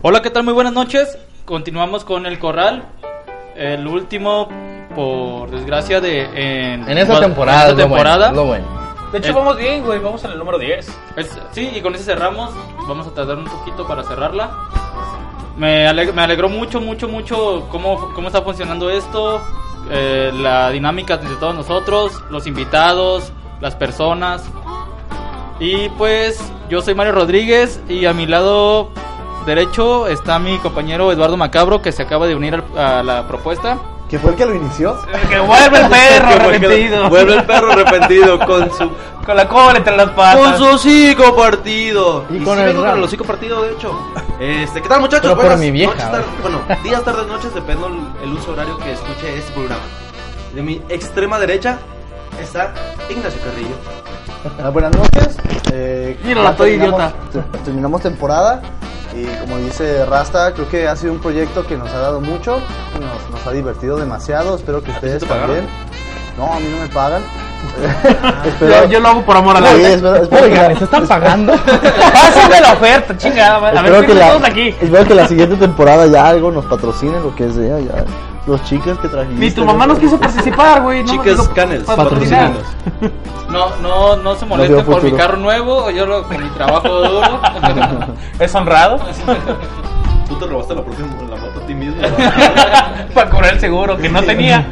Hola, ¿qué tal? Muy buenas noches. Continuamos con el corral. El último, por desgracia, de. En esta temporada, en esta es lo bueno, temporada. es lo bueno. De hecho, Eh. vamos bien, güey. Vamos en el número 10. Es- sí, y con ese cerramos. Vamos a tardar un poquito para cerrarla. Me, ale- me alegró mucho, mucho, mucho cómo, cómo está funcionando esto. eh, la dinámica de todos nosotros, los invitados, las personas. Y pues yo soy Mario Rodríguez y a mi lado derecho está mi compañero Eduardo Macabro que se acaba de unir al- a la propuesta. ¿Que fue el que lo inició? Que vuelve el perro arrepentido. Vuelve el perro arrepentido con su Con la cola entre las con patas. su hocico partido. Y con sí el vengo rabo. con el hocico partido, de hecho. Este, ¿qué tal muchachos? Pero por Buenas mi vieja, noches, ahora. tar- bueno, días, tardes, noches, depende el, el uso horario que escuche este programa. De mi extrema derecha está Ignacio Carrillo. Ah, buenas noches. Eh, Míralo, ya estoy terminamos- te- Terminamos temporada y como dice Rasta, creo que ha sido un proyecto que nos ha dado mucho, nos, nos ha divertido demasiado, espero que ustedes te pagaron? también. No, a mí no me pagan. Yo, espero, yo lo hago por amor a la Sí, vida. espero- espero que- Oigan, ¿se están pagando? Pásame la oferta, chingada. madre. A espero ver, que ¿qué la, todos aquí? espero que la siguiente temporada ya algo nos patrocine, lo que sea, ya. Los chicas que trajiste. Ni tu mamá nos quiso participar, güey. No, Chicas no- Canels, patrocinar. patrocinados. No, no, no se veo molesten por mi futuro. carro nuevo, yo lo, con mi trabajo duro. Es honrado. Tú te robaste la, próxima- la moto a ti mismo. Para cobrar el seguro que no tenía.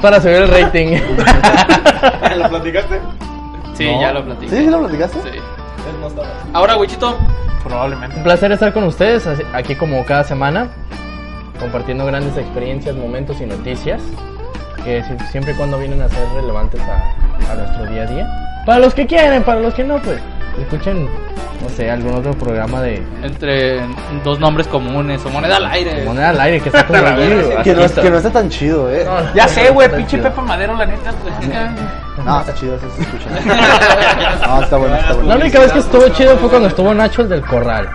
Para subir el rating. ¿verdad? ¿La platicaste? Sí, ya lo platiqué. ¿Sí? ¿Sí lo platicaste? Sí. Ahora, Wichito, Un Probablemente. placer estar con ustedes así- aquí como cada semana, compartiendo grandes experiencias, momentos y noticias, que si- siempre y cuando vienen a ser relevantes a, a nuestro día a día. Para los que quieren, para los que no, pues escuchen, no sé, algún otro programa de entre dos nombres comunes o moneda al aire. moneda al aire que está como La verga, muy sí. Que no, bajito. que no está tan chido, eh. No, no, Ya sé, güey, está pinche chido. Pepe Madero, la neta. pues, No, está chido, sí se escucha. No, está bueno, está bueno. La única vez que estuvo chido fue cuando estuvo Nacho el del Corral.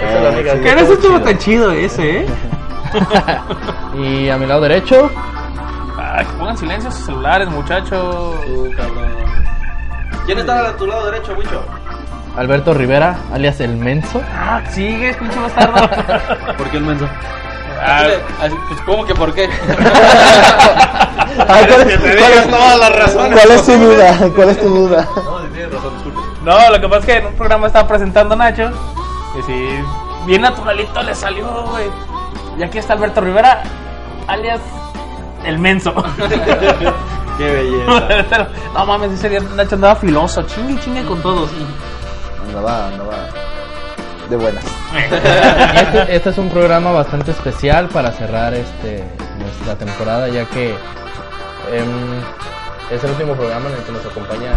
Esa es la única vez. Que no estuvo tan chido ese, eh. Y a mi lado derecho, Ay, que pongan silencio a sus celulares, muchachos. Tú, cabrón. ¿Quién está a tu lado derecho, Wicho? Alberto Rivera, alias El Menso. Ah, sigues, pinche bastardo. ¿Por qué el menso? Ah, Así, pues, ¿cómo que por qué? Ay, ¿cuál, es, cuál es- todas las razones. cuál es tu duda? ¿Cuál es tu duda? No, sí, tienes razón, disculpe. no, lo que pasa es que en un programa estaba presentando a Nacho. Y sí, bien naturalito le salió, güey. Y aquí está Alberto Rivera, alias El Menso. Qué belleza. Pero, no mames, ese día Nacho andaba filoso, chingue, y chingue con todos. Andaba, andaba. De buenas. Y Este, este es un programa bastante especial para cerrar este nuestra temporada, ya que em, es el último programa en el que nos acompaña.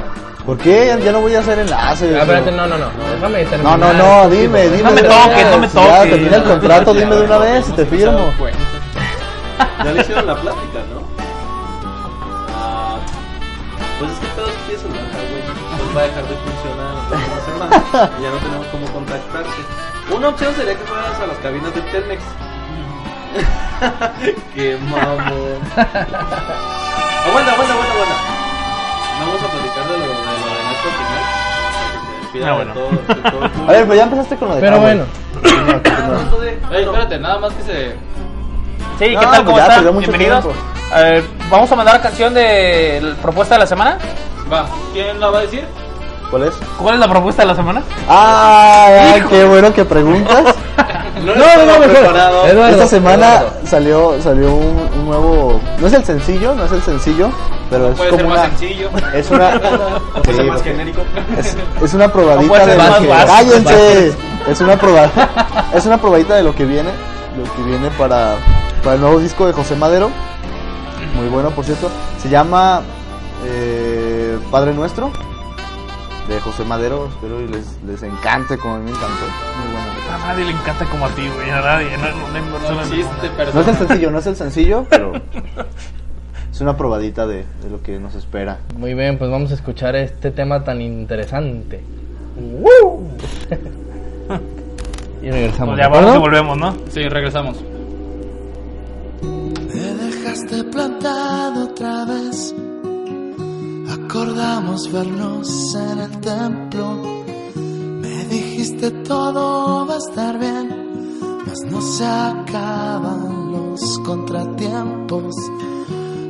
¿Por qué? Ya, ya no voy a hacer enlace. Ah, espérate, no. no, no, no, déjame No, terminar. no, no, dime, dime. me de una toques, no me vez. Ya, toques. termina el contrato, dime de una vez y te firmo. Ya le hicieron la plática, ¿no? Ah, pues es que todo es que eso, güey. Pues va a dejar de funcionar la próxima semana. Y ya no tenemos cómo contactarte. Una opción sería que fueras a las cabinas de Telmex. Qué mamón. Aguanta, aguanta, aguanta, aguanta. Vamos a platicar de lo de Ah, lo de Ernesto al final. Para que se despida de bueno. todo- de todo el A público. ver, pero ya empezaste con lo de Pero Cowboy. bueno. Continúa, continúa. Hablando de- Ey, espérate, nada más que se. Sí, ¿qué No, tal? pues ¿Cómo ya, están? perdió mucho Bienvenidos. tiempo. A ver, Vamos a mandar la canción de la propuesta de la semana. Va, ¿quién la va a decir? ¿Cuál es? ¿Cuál es la propuesta de la semana? Ah, ah, qué bueno que preguntas. No, no, no, mejor. preparado. Eduardo, Esta semana Eduardo. salió salió un, un nuevo, no es el sencillo, no es el sencillo, pero es Puede como ser más una sencillo. es una Puede ser Sí, más porque- genérico. es, es una probadita No puede ser de más que- básico, cállense es una probadita es una probadita de lo que viene lo que viene para para el nuevo disco de José Madero muy bueno por cierto se llama eh, Padre Nuestro de José Madero espero y les, les encante como a mí me encantó muy bueno a nadie le encanta como a ti, güey. A nadie, no, no, no hay persona en el mundo. Chiste, No es el perdón. sencillo, no es el sencillo, pero es una probadita de, de lo que nos espera. Muy bien, pues vamos a escuchar este tema tan interesante. y regresamos. Pues ya ¿de acuerdo? vamos y volvemos, ¿no? Sí, regresamos. Me dejaste plantado otra vez. Acordamos vernos en el templo. Me dijiste todo va a estar bien, mas no se acaban los contratiempos.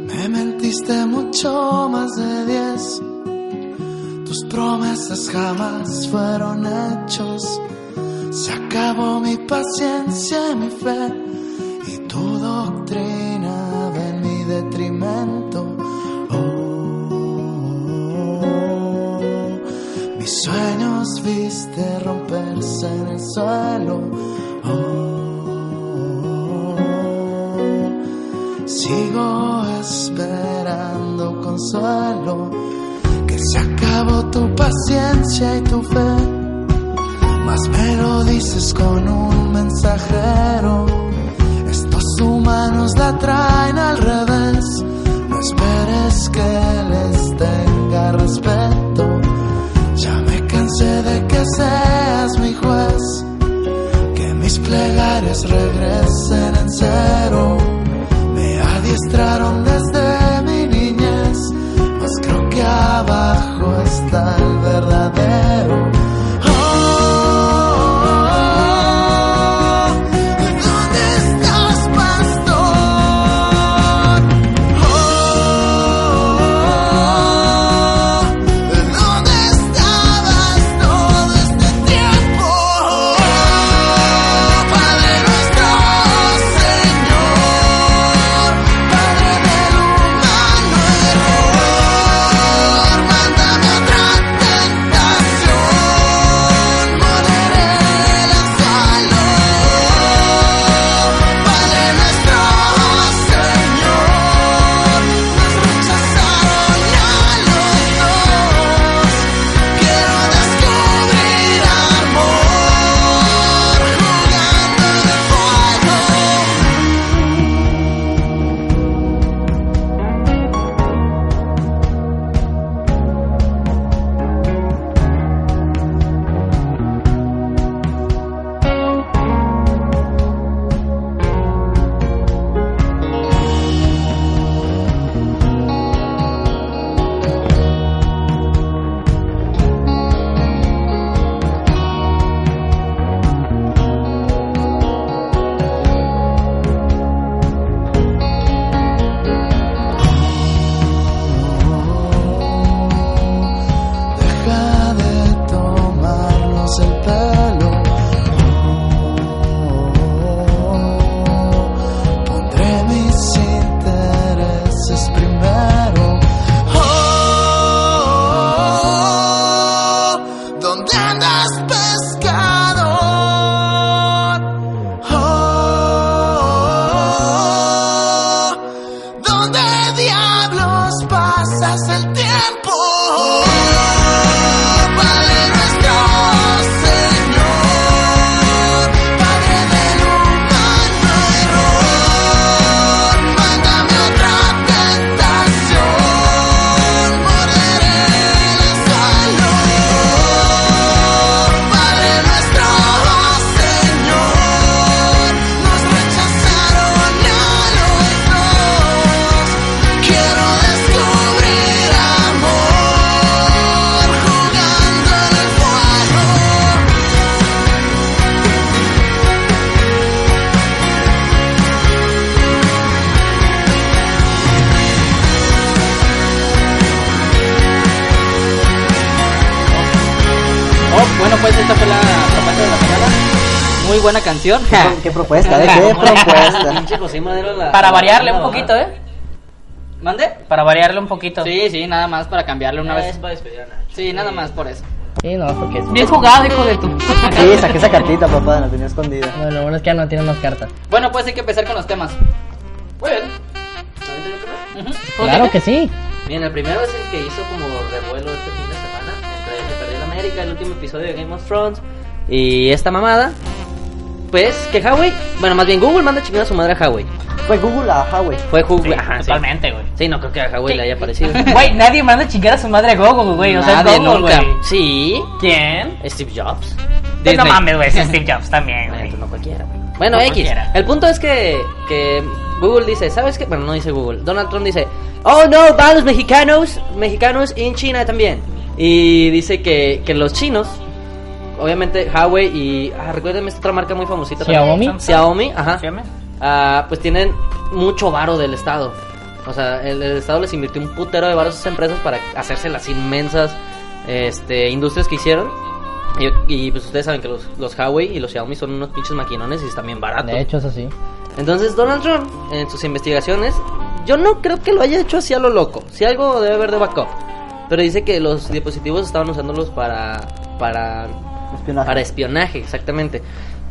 Me mentiste mucho más de diez. Tus promesas jamás fueron hechos. Se acabó mi paciencia y mi fe y tu doctrina va en mi detrimento. Oh, oh, oh. Mis sueños viste romperse en el suelo. Oh, oh, oh. Sigo esperando consuelo, que se acabó tu paciencia y tu fe. Mas me lo dices con un mensajero. Estos humanos la traen al revés. No esperes que les tenga respeto. Ya me cansé de que seas mi juez. Que mis plegarias regresen en cero. Me adiestraron desde mi niñez. Mas creo que abajo está el verdadero. Oh, ¿Dónde estás, pastor? Oh, ¿Dónde estabas todo este tiempo? Padre nuestro Señor, Padre del humano error, mándame otra tentación, moderé el anzuelo. Padre nuestro Señor, nos rechazaron a los dos. Quiero descubrir amor jugando de fuego. Deja de tomarnos el pelo. Pondré mis intereses primero. Oh, ¿dónde andas pescador? Oh, ¿Dónde diablos pasas el tiempo? Padre nuestro Señor, Padre del humano error, mándame otra tentación, morderé el anzuelo. Padre nuestro Señor, nos rechazaron a los dos. Quiero descubrir amor jugando en el fuego. Oh, bueno, pues esta fue la propuesta de la semana. Muy buena canción. ¿Qué, qué propuesta, ¿eh? ¿Qué propuesta? Pinche José Madero la- Para la- variarle la- un poquito, ¿eh? ¿Mande? Para variarle un poquito. Sí, sí, nada más para cambiarle una vez. para despedir a Nacho. Sí, nada más por eso. Sí, no, porque es- Bien jugado, hijo de tu. Sí, saqué esa cartita, papá, la tenía escondida. No, lo bueno es que ya no tiene más cartas. Bueno, pues hay que empezar con los temas. Bueno, Claro que sí. Bien, el primero es el que hizo como revuelo este fin de semana. Entre el que perdió la América, el último episodio de Game of Thrones y esta mamada. pues que Huawei, bueno, más bien Google manda chingar a su madre a Huawei. Fue Google a Huawei. Fue Google, ajá, sí. Totalmente, güey. Sí, no creo que a Huawei le haya parecido. Güey, nadie manda a chingar a su madre a Google, güey. O sea, es Nadie, Google, nunca. güey. Sí. ¿Quién? Steve Jobs. Pues no Disney. mames, güey, es Steve Jobs también, güey. No cualquiera, güey. Bueno, No X. cualquiera. El punto es que, que Google dice, ¿sabes qué? Bueno, no dice Google. Donald Trump dice, oh no, van los mexicanos, mexicanos en China también. Y dice que, que los chinos, obviamente Huawei y... Ah, recuérdenme esta otra marca muy famosita. Xiaomi. también. Xiaomi, ajá. Ah, pues tienen mucho varo del Estado. O sea, el, el Estado les invirtió un putero de varo a sus empresas para hacerse las inmensas este, industrias que hicieron. Y, y, pues ustedes saben que los, los Huawei y los Xiaomi son unos pinches maquinones y están bien baratos. De hecho, es así. Entonces Donald Trump, en sus investigaciones, yo no creo que lo haya hecho así a lo loco. Si algo debe haber de backup. Pero dice que los dispositivos estaban usándolos para... para... Espionaje. Para espionaje, exactamente.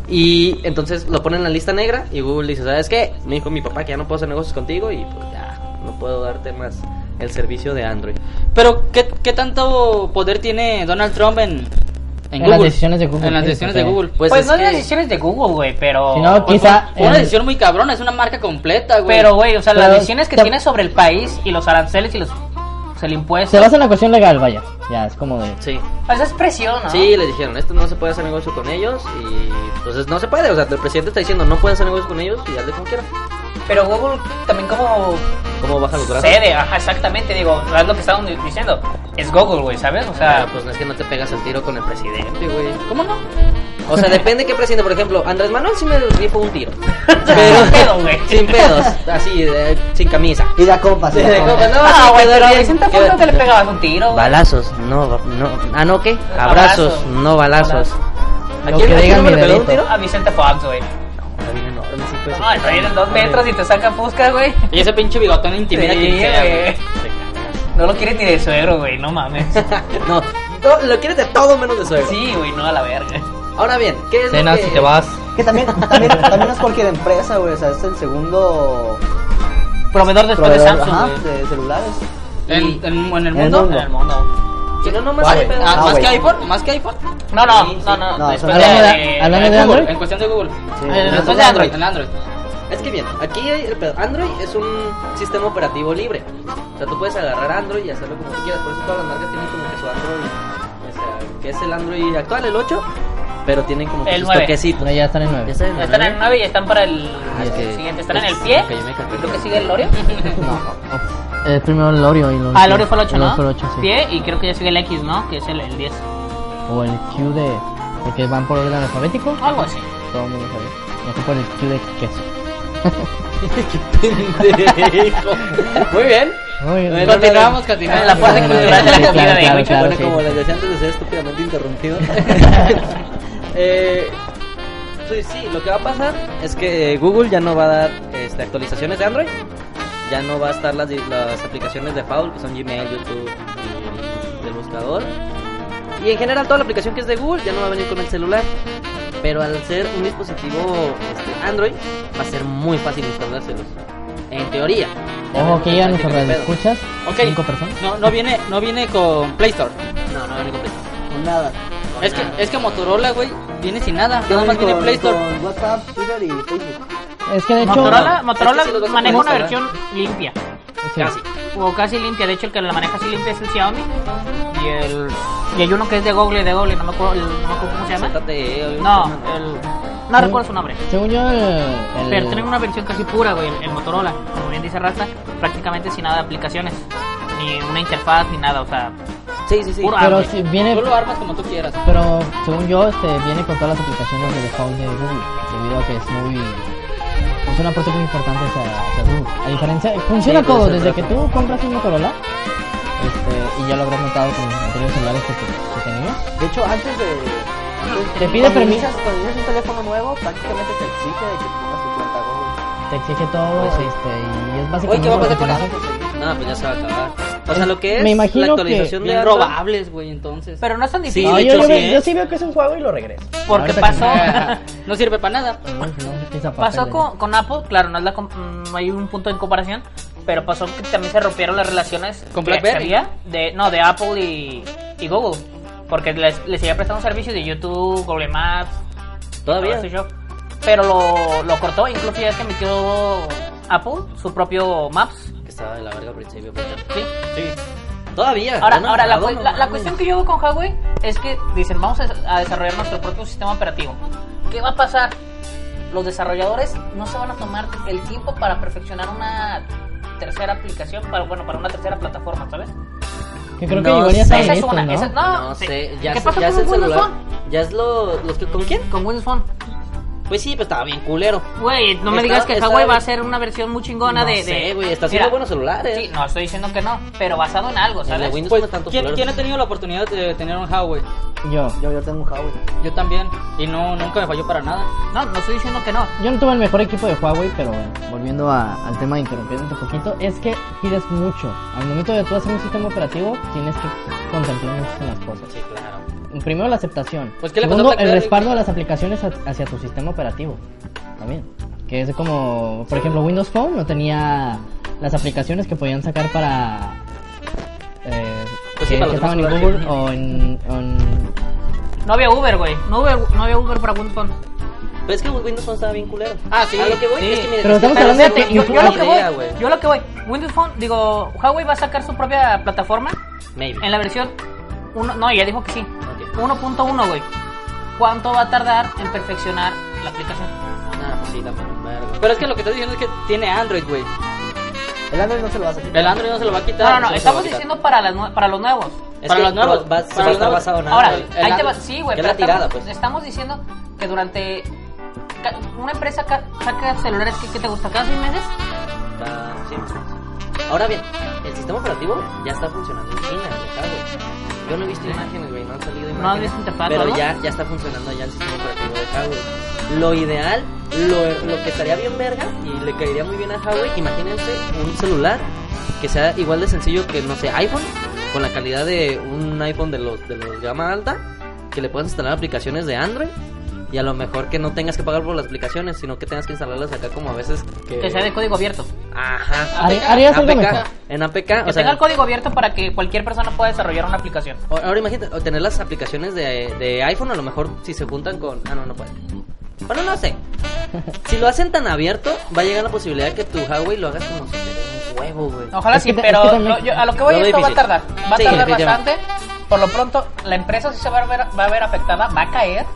Y entonces lo ponen en la lista negra y Google dice, ¿sabes qué? Me dijo mi papá que ya no puedo hacer negocios contigo y pues ya, no puedo darte más el servicio de Android. Pero, ¿qué, ¿qué tanto poder tiene Donald Trump en, En Google? las decisiones de Google, En las sí, decisiones sí. de Google. Pues Pues, Pues no es de las que- decisiones de Google, güey, pero. Si no, quizá. Fue una en- decisión muy cabrona, es una marca completa, güey. Pero, güey, o sea, las Pero- decisiones que te- tiene sobre el país y los aranceles y los. o sea, el impuesto. Se basa en la cuestión legal, vaya. Ya, es como de. Sí. O sea, Pues es presión, ¿no? Sí, les dijeron, esto no se puede hacer negocio con ellos y pues es- no se puede. O sea, el presidente está diciendo, no puedes hacer negocio con ellos y hazle como quieras. Pero Google también como ¿Cómo baja los brazos? Pues sede, ajá, exactamente, digo, es lo que estaban di- diciendo. Es Google, güey, ¿sabes? O sea, Pero, pues no es que no te pegas el tiro con el presidente, güey. ¿cómo no? O sea, depende qué presidente. Por ejemplo, Andrés Manuel sí me rifó un tiro. Sin pedo, güey. Sin pedos. Así, de- sin camisa. Y da compas. Sí, de compas, no, Ah, sí, güey, quedó pero a bien, Vicente quedó- Fox que le pegabas un tiro, güey. Balazos, no, no. Ah, no, ¿qué? Abrazos, Abrazos. no balazos. Lo que digan no mi le pegó un dedito. tiro? Pues A Vicente Fox, güey. No, está bien en dos metros y te saca fusca, güey. pues. Y ese pinche bigotón intimida a quien Sí, sea, güey. güey. No lo quieres ni de suero, güey, no mames. No, to- lo quieres de todo menos de suegro. Sí, güey, no a la verga. Ahora bien, ¿qué es Cena lo que... si te vas. Que también, también, también no es cualquier empresa, güey. O sea, es el segundo Proveedor después de proveedor, Samsung, ajá, güey. de celulares. En, en, en el el mundo. mundo. En el mundo. Si no, no más Huawei. hay pedo. Ah, Ah, ¿Más güey. que iPhone? ¿Más que iPhone? No, no, Sí, sí. no, no, No, después eso no. de, Hablando de- hablando En de Google, Android. En cuestión de Google. Sí. Eh, En después cuestión de Android. En Android. Es que bien, aquí hay el pedo. Android es un sistema operativo libre. O sea, tú puedes agarrar Android y hacerlo como tú quieras. Por eso todas las marcas tienen como que su Android. O sea, que es el Android actual, el 8. Pero tienen como que El sus 9. toquecitos. Bueno, ya están en ¿Ya nueve. saben, Están en el ¿no? 9 y están para el Ah, es que- siguiente. Están en es- el pie. que yo me cansé. Creo que sigue el Oreo. Eh, primero el Oreo y los. Ah, el Oreo fue el 8, el ¿no? fue el 8, sí. Pie y creo que ya sigue el X, ¿no? Que es el, el 10. O el Q de. Porque van por orden alfabético. Algo así. Todo el mundo sabe. No fue por el Q de queso. Muy bien. Muy bien. Continuamos, continuamos. La parte cultural de la Claro, comida de claro, Huicho. claro. bueno, sí. como les decía antes de ser estúpidamente interrumpido. eh, pues sí, lo que va a pasar es que Google ya no va a dar este, actualizaciones de Android. Ya no va a estar las, di- las aplicaciones de Paul, que son Gmail, YouTube y el- del buscador. Y en general toda la aplicación que es de Google ya no va a venir con el celular. Pero al ser un dispositivo este, Android, va a ser muy fácil instalárselos. En teoría. Ya Ojo, veremos que en ya práctica nuestros qué pedo. radioescuchas. Ok. Cinco personas. No, no viene, no viene con Play Store. No, no va a venir con Play Store. Nada. Es que, es que Motorola, güey, viene sin nada. Nada más Con- viene Play Store. con WhatsApp, Twitter y Facebook. Es que de hecho. Motorola, no. Ah, Motorola Es que Este sí los vas a maneja una poner, versión limpia. Sí. Casi. O casi limpia. De hecho, el que la maneja así limpia es el Xiaomi. Y el. Y hay uno que es de Google, de Google, no me acuerdo, el- no me acuerdo cómo se llama. Siéntate, eh, No, el. No Según- recuerdo su nombre. Según yo, el. el- Oh. Pero tienen una versión casi pura, güey, el, el Motorola. Como bien dice Rafa, prácticamente sin nada de aplicaciones. Ni una interfaz, ni nada, o sea. Sí, sí, sí. Pura- Pero Android. si viene. Tú lo armas como tú quieras. Pero según yo, este viene con todas las aplicaciones de default de Google, debido a que es muy. Es una parte muy importante hacia, hacia Google. A diferencia, funciona Sí, pues, todo, el desde que teléfono. tú compras un Motorola, este, y ya lo habrás notado con los anteriores celulares que, que- que teníamos. De hecho, antes de. Te pide cuando permiso, inicias- Cuando inicias un teléfono nuevo, prácticamente te exige de que pongas tu cuenta Google. te exige todo, Pues sí. este, y es Oye, básicamente. ¿qué va a lo que pasar con tenemos. eso? No, pues ya se va a acabar. O sea, lo que es Me imagino la actualización que- de Bien Android. robables, güey, entonces. Pero no es tan Sí, difícil. No, de yo, hecho, yo sí, ve- ¿eh? yo sí veo que es un juego y lo regreso. porque Ahorita pasó. no sirve para nada. que- Uy, no, es que esa parte Pasó de- con, con Apple, claro, no, es la, comp- no hay un punto en comparación, pero pasó que también se rompieron las relaciones ¿Con que BlackBerry? había de, no, de Apple y, y Google, porque les, les seguía prestando servicios de YouTube, Google Maps, Todavía. todo ese show. pero lo, lo cortó, incluso ya es que metió Apple su propio Maps. Que estaba de la verga al principio. pero- Sí. Sí. Todavía. Ahora, no, ahora la, no, cu- no, la- la no, cuestión que yo veo con Huawei es que dicen, vamos a, a desarrollar nuestro propio sistema operativo. ¿Qué va a pasar? Los desarrolladores no se van a tomar el tiempo para perfeccionar una tercera aplicación, para, bueno, para una tercera plataforma, ¿sabes? Que creo que No llegaría sé, a esa estar es una, ¿no? esa- no, No sí. sé, ya ¿Qué es- pasó ya con es el Windows celular. Phone? Ya es lo, los que con quién? Con Windows Phone. Pues sí, pero estaba bien culero. Güey, no me Está- digas que está- Huawei va a ser una versión muy chingona No de, de- sé, güey, está haciendo Mira, buenos celulares. Sí, no estoy diciendo que no, pero basado en algo, El de ¿sabes? Windows no es tanto Pues, ¿Quién, culero. quién ha tenido la oportunidad de tener un Huawei? Yo. Yo, yo tengo un Huawei. Yo también. Y no, nunca me falló para nada. No, no estoy diciendo que no. Yo no tuve el mejor equipo de Huawei, pero bueno, volviendo a- al tema de interrumpiéndote un poquito, es que pides mucho. Al momento de tú hacer un sistema operativo, tienes que contemplar muchísimas cosas. Sí, claro. Primero, la aceptación. Pues, ¿qué le pasó Segundo, a el Blackberry? respaldo de las aplicaciones ha- hacia tu sistema operativo. También. Que es como, por ejemplo, Windows Phone no tenía las aplicaciones que podían sacar para... eh, Pues sí, que, para que los demás estaban en Google usuarios. o en... o en- No había Uber, güey. No, hubo- no había Uber para Windows Phone. Pero es que Windows Phone estaba bien culero. Ah, sí. A lo que voy sí. es que este mira, Pero es que estamos está hablando de haciendo que una Yo lo que idea, voy, güey. yo lo que voy. Windows Phone, digo, Huawei va a sacar su propia plataforma Maybe. en la versión uno, no, ya dijo que sí. Ok. 1.1, güey. ¿Cuánto va a tardar en perfeccionar la aplicación? Ah, pues sí, también. verga. Pero es que lo que estás diciendo es que tiene Android, güey. El Android no se lo va a hacer. El Android no se lo va a quitar. No, no, no, Eso estamos se lo va a quitar. diciendo para, las nue- para los nuevos. Es Para que los nuevos, va- va- para se va a los estar nuevos. basado en Ahora, Android. El ahí te Android- va, sí, güey, Es pero la tirada, estamos, pues. estamos diciendo que durante ca- una empresa ca- saca celulares que, que te gusta cada seis meses. Está- sí, más o menos. Ahora bien, el sistema operativo ya está funcionando en China, ya está, güey. Yo no he visto imágenes, güey, no han salido imágenes. has visto interfaz, Pero ¿no? ya, ya está funcionando allá el sistema operativo de Huawei. Lo ideal, lo, lo que estaría bien verga y le caería muy bien a Huawei, imagínense un celular que sea igual de sencillo que, no sé, iPhone, con la calidad de un iPhone de los de los gama alta, que le puedas instalar aplicaciones de Android. Y a lo mejor que no tengas que pagar por las aplicaciones, sino que tengas que instalarlas acá como a veces que... Que sea de código abierto. Ajá. Haría- harías algo APK, mejor. En APK, Que Ah, o sea, tenga el código abierto para que cualquier persona pueda desarrollar una aplicación. o- ahora imagínate, o tener las aplicaciones de, de iPhone, a lo mejor si se juntan con... Ah, no, no puede. Bueno, no sé. Si lo hacen tan abierto, va a llegar la posibilidad que tu Huawei lo hagas como si fuera un huevo, güey. Ojalá Es que sí, te- es pero que también- lo- yo- a lo que voy Lo veo esto va a difícil. tardar. Va a Sí, tardar definitivamente. bastante. Por lo pronto, la empresa sí se va a ver, va a ver afectada, va a caer